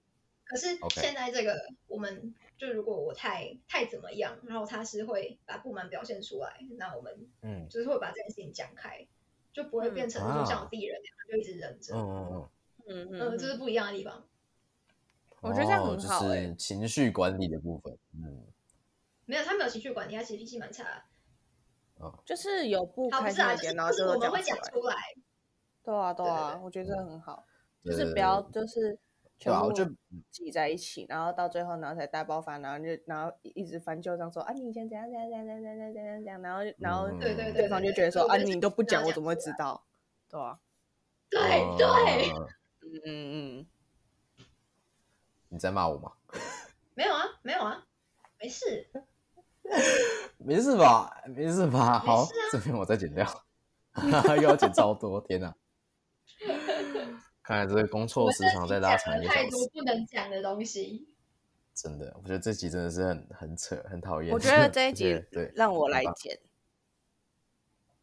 [SPEAKER 3] 可是
[SPEAKER 2] OK
[SPEAKER 3] 现在这个我们就如果我太太怎么样，然后他是会把不满表现出来，那我们
[SPEAKER 2] 嗯，
[SPEAKER 3] 就是会把这件事情讲开，就不会变成
[SPEAKER 2] 嗯
[SPEAKER 3] 就像我弟人那样就一直忍着。
[SPEAKER 2] 嗯嗯嗯，
[SPEAKER 1] 嗯
[SPEAKER 3] 嗯，这是不一样的地方。
[SPEAKER 1] 我觉得这样
[SPEAKER 2] 哦
[SPEAKER 1] 很好
[SPEAKER 2] 就
[SPEAKER 1] 欸
[SPEAKER 2] 是情绪管理的部分，嗯，
[SPEAKER 3] 没有，他没有情绪管理，他其实脾气蛮差的。
[SPEAKER 1] 就是有不
[SPEAKER 3] 好，不
[SPEAKER 1] 开
[SPEAKER 3] 是
[SPEAKER 1] 心
[SPEAKER 3] 啊，
[SPEAKER 1] 的
[SPEAKER 3] 就是
[SPEAKER 1] 点，然后
[SPEAKER 3] 就是
[SPEAKER 1] 就
[SPEAKER 3] 我
[SPEAKER 1] 都
[SPEAKER 3] 们
[SPEAKER 1] 讲
[SPEAKER 3] 会
[SPEAKER 1] 出来。
[SPEAKER 3] 讲出来，
[SPEAKER 1] 对啊，对
[SPEAKER 3] 对
[SPEAKER 1] 啊，
[SPEAKER 3] 对
[SPEAKER 1] 我觉得这很好，就
[SPEAKER 2] 对
[SPEAKER 1] 是
[SPEAKER 2] 对
[SPEAKER 1] 不要
[SPEAKER 2] 对
[SPEAKER 1] 就是
[SPEAKER 2] 对
[SPEAKER 1] 全
[SPEAKER 2] 啊，我
[SPEAKER 1] 部
[SPEAKER 2] 觉得
[SPEAKER 1] 挤在一起，然后到最后，然后才大爆发，然后就然后一直翻旧账说啊，你以前怎样怎样怎样怎样怎样怎样怎样，然后然后
[SPEAKER 2] 嗯
[SPEAKER 3] 对对
[SPEAKER 1] 对方就觉得说
[SPEAKER 3] 我
[SPEAKER 1] 啊，
[SPEAKER 3] 觉得
[SPEAKER 1] 你
[SPEAKER 3] 这
[SPEAKER 1] 都不
[SPEAKER 3] 是要
[SPEAKER 1] 讲，我
[SPEAKER 3] 讲
[SPEAKER 1] 怎么会
[SPEAKER 3] 出
[SPEAKER 1] 知道？对啊，
[SPEAKER 3] 对
[SPEAKER 2] 啊
[SPEAKER 3] 对，
[SPEAKER 1] 嗯嗯嗯，
[SPEAKER 2] 你在骂我吗？
[SPEAKER 3] 没有啊，没有啊，没事，
[SPEAKER 2] 没事吧？没事吧？好，
[SPEAKER 3] 没事啊
[SPEAKER 2] 这边我再剪掉， 又要剪超多，天 哪！看来这个公错时长再拉长一
[SPEAKER 3] 我
[SPEAKER 2] 个小
[SPEAKER 3] 们这集讲了太多
[SPEAKER 2] 时，
[SPEAKER 3] 不能讲的东西。
[SPEAKER 2] 真的，我觉得这集真的是很很扯，很讨厌。
[SPEAKER 1] 我觉得这一
[SPEAKER 2] 而
[SPEAKER 1] 集
[SPEAKER 2] 且对，
[SPEAKER 1] 让我
[SPEAKER 2] 很
[SPEAKER 1] 来
[SPEAKER 2] 棒
[SPEAKER 1] 剪，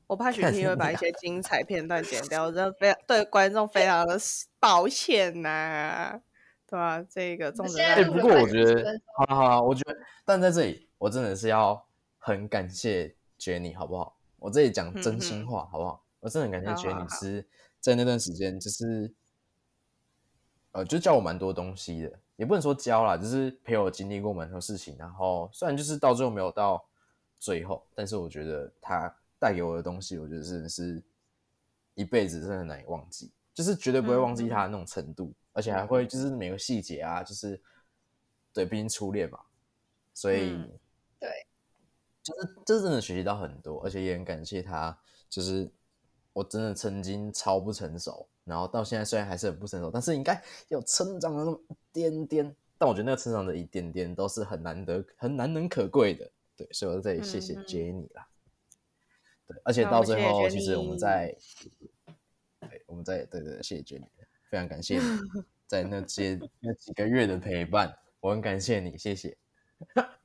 [SPEAKER 1] 我怕许
[SPEAKER 2] 看
[SPEAKER 1] 替会把
[SPEAKER 2] 你
[SPEAKER 1] 一
[SPEAKER 2] 啊
[SPEAKER 1] 些精彩片段剪掉，我真的非常对观众非常的抱歉呐、对啊，这个重
[SPEAKER 3] 们
[SPEAKER 1] 责
[SPEAKER 3] 现在
[SPEAKER 2] 哎、
[SPEAKER 1] 大
[SPEAKER 3] 录
[SPEAKER 2] 不
[SPEAKER 3] 了
[SPEAKER 2] 过我
[SPEAKER 3] 快
[SPEAKER 2] 觉
[SPEAKER 3] 40
[SPEAKER 2] 得哦
[SPEAKER 3] 分，
[SPEAKER 2] 好了好了，我觉得，但在这里我真的是要很感谢 Jenny，好不好？我这里讲真心话，好不好？我真的很感
[SPEAKER 1] 好嗯
[SPEAKER 2] 谢
[SPEAKER 1] 好
[SPEAKER 2] Jenny，
[SPEAKER 1] 好
[SPEAKER 2] 是在那段时间，就是呃，就教我蛮多东西的，也不能说教啦，就是陪我经历过蛮多事情。然后虽然就是到最后没有到最后，但是我觉得他带给我的东西，我觉得真的是一辈子真的很难以忘记，就是绝对不会忘记他的那种程度，而且还会就是每个细节啊，就是对，毕竟初恋嘛，所以、
[SPEAKER 1] 嗯
[SPEAKER 3] 对，
[SPEAKER 2] 就是这真的学习到很多，而且也很感谢他，就是我真的曾经超不成熟，然后到现在虽然还是很不成熟，但是应该有成长了那么一点点，但我觉得那个成长的一点点都是很难得、很难能可贵的。对，所以我在这里谢谢
[SPEAKER 1] 嗯嗯
[SPEAKER 2] Jenny 啦。对，而且
[SPEAKER 1] 那
[SPEAKER 2] 到
[SPEAKER 1] 我们
[SPEAKER 2] 最
[SPEAKER 1] 谢谢
[SPEAKER 2] 后，其实我们
[SPEAKER 1] Jenny
[SPEAKER 2] 在，对，我们在，对对，对谢谢 Jenny，非常感谢 你在那些那几个月的陪伴，我很感谢你，谢谢。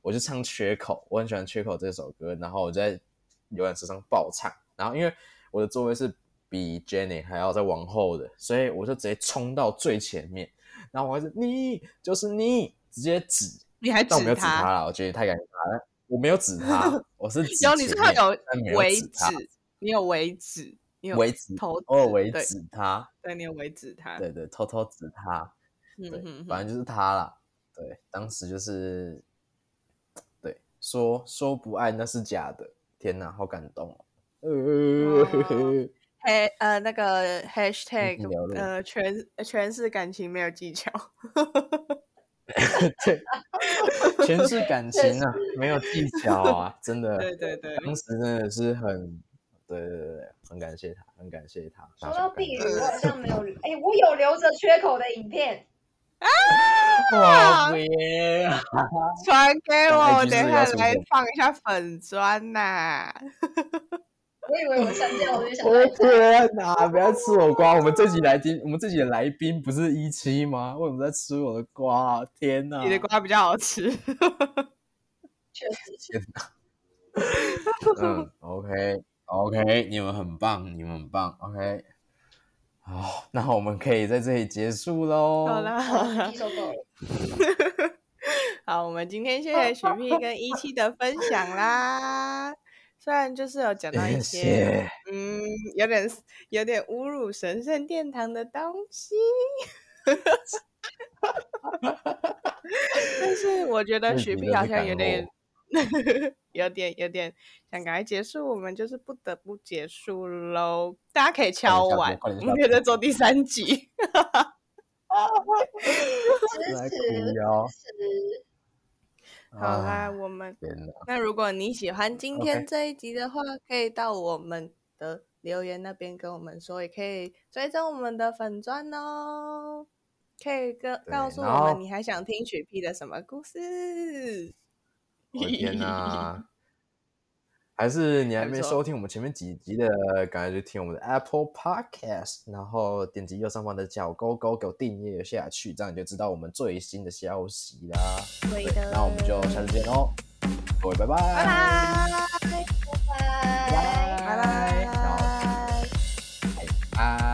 [SPEAKER 2] 我就唱《缺口》，我很喜欢《缺口》这首歌，然后我就在游览车上爆唱，然后因为我的座位是比 Jenny 还要再往后的，所以我就直接冲到最前面，然后我还是你就是你，直接指，
[SPEAKER 1] 你还指
[SPEAKER 2] 但我没有指他
[SPEAKER 1] 他，
[SPEAKER 2] 啦，我觉得太尴尬了，我没有 指他，我是指
[SPEAKER 1] 有你是
[SPEAKER 2] 前
[SPEAKER 1] 他
[SPEAKER 2] 面
[SPEAKER 1] 有
[SPEAKER 2] 但没有
[SPEAKER 1] 为
[SPEAKER 2] 指他
[SPEAKER 1] 止，你有为止，你有
[SPEAKER 2] 为止
[SPEAKER 1] 头
[SPEAKER 2] 偶尔
[SPEAKER 1] 指
[SPEAKER 2] 为
[SPEAKER 1] 对
[SPEAKER 2] 止他，
[SPEAKER 1] 对，你有为止他，
[SPEAKER 2] 对对，偷偷指他，
[SPEAKER 1] 嗯
[SPEAKER 2] 对
[SPEAKER 1] 哼，
[SPEAKER 2] 反
[SPEAKER 1] 哼，
[SPEAKER 2] 正就是他啦。对，当时就是，对，说说不爱那是假的。天哪，好感动哦！呃
[SPEAKER 1] 哦，黑呃那个 hashtag
[SPEAKER 2] 情流露
[SPEAKER 1] 呃全全是感情没有技 巧，
[SPEAKER 2] 全是感情啊，没有技巧啊，真的。
[SPEAKER 1] 对 对对
[SPEAKER 2] 当时真的是很，对对对对，很感谢他，很感谢他。
[SPEAKER 3] 说
[SPEAKER 2] 大
[SPEAKER 3] 到
[SPEAKER 2] 雄
[SPEAKER 3] 避雨，
[SPEAKER 2] 感谢
[SPEAKER 3] 我好像没有，哎、我有留着缺口的影片，
[SPEAKER 2] 哇，别
[SPEAKER 1] 哦
[SPEAKER 2] 啊
[SPEAKER 1] 传给
[SPEAKER 2] 那
[SPEAKER 1] 我，我
[SPEAKER 2] IG
[SPEAKER 1] 等一
[SPEAKER 2] 是不是要
[SPEAKER 1] 下
[SPEAKER 2] 出
[SPEAKER 1] 来
[SPEAKER 2] 现
[SPEAKER 1] 放一下粉砖呐、
[SPEAKER 3] 我以为我删掉，我就想
[SPEAKER 2] 我
[SPEAKER 3] 到
[SPEAKER 2] 的天哪！不要吃我瓜！我们这集来宾，我们这集的来宾不是一期吗？为什么在吃我的瓜、啊？天哪！
[SPEAKER 1] 你的瓜比较好吃，
[SPEAKER 3] 确实是
[SPEAKER 2] 嗯，OK OK，你们很棒，你们很棒，OK。好，那我们可以在这里结束 喽。
[SPEAKER 1] 好啦好啦
[SPEAKER 3] 吸收 够了。
[SPEAKER 1] 好，我们今天谢谢许 P 跟一七的分享 啦。虽然就是有讲到一
[SPEAKER 2] 谢
[SPEAKER 1] 些
[SPEAKER 2] 谢。
[SPEAKER 1] 嗯，有点有点侮辱神圣殿堂的东西，但是我 觉得
[SPEAKER 2] 为
[SPEAKER 1] 许
[SPEAKER 2] 你
[SPEAKER 1] P
[SPEAKER 2] 真
[SPEAKER 1] 好
[SPEAKER 2] 是
[SPEAKER 1] 像
[SPEAKER 2] 感哦
[SPEAKER 1] 有点
[SPEAKER 2] 冒
[SPEAKER 1] 有点有点想赶快结束，我们就是不得不结束喽。大家可以敲
[SPEAKER 2] 下播
[SPEAKER 1] 碗，
[SPEAKER 2] 快
[SPEAKER 1] 我
[SPEAKER 2] 点下
[SPEAKER 1] 们可以再
[SPEAKER 2] 播
[SPEAKER 1] 做第三集。
[SPEAKER 3] 支
[SPEAKER 2] 来
[SPEAKER 3] 持
[SPEAKER 2] 哭腰。
[SPEAKER 3] 支
[SPEAKER 1] 好啦，
[SPEAKER 2] 啊
[SPEAKER 1] 我们
[SPEAKER 2] 天哪，
[SPEAKER 1] 那如果你喜欢今
[SPEAKER 2] OK
[SPEAKER 1] 天这一集的话可以到我们的留言那边跟我们说，也可以追踪我们的粉砖哦。可以跟
[SPEAKER 2] 对
[SPEAKER 1] 告诉
[SPEAKER 2] 然
[SPEAKER 1] 我
[SPEAKER 2] 后
[SPEAKER 1] 们你还想听雪碧的什么故事？
[SPEAKER 2] 我的 天哪！还是你还
[SPEAKER 1] 还不
[SPEAKER 2] 没
[SPEAKER 1] 错
[SPEAKER 2] 收听我们前面几集的，赶快去听我们的 Apple Podcast，然后点击右上方的小勾勾给我订阅下去，这样你就知道我们最新的消息啦。
[SPEAKER 1] 对的，
[SPEAKER 2] 那我们就下次见喽，各位拜拜，拜
[SPEAKER 1] 拜拜，
[SPEAKER 3] 持，拜
[SPEAKER 2] 拜
[SPEAKER 1] 拜拜。
[SPEAKER 2] 拜。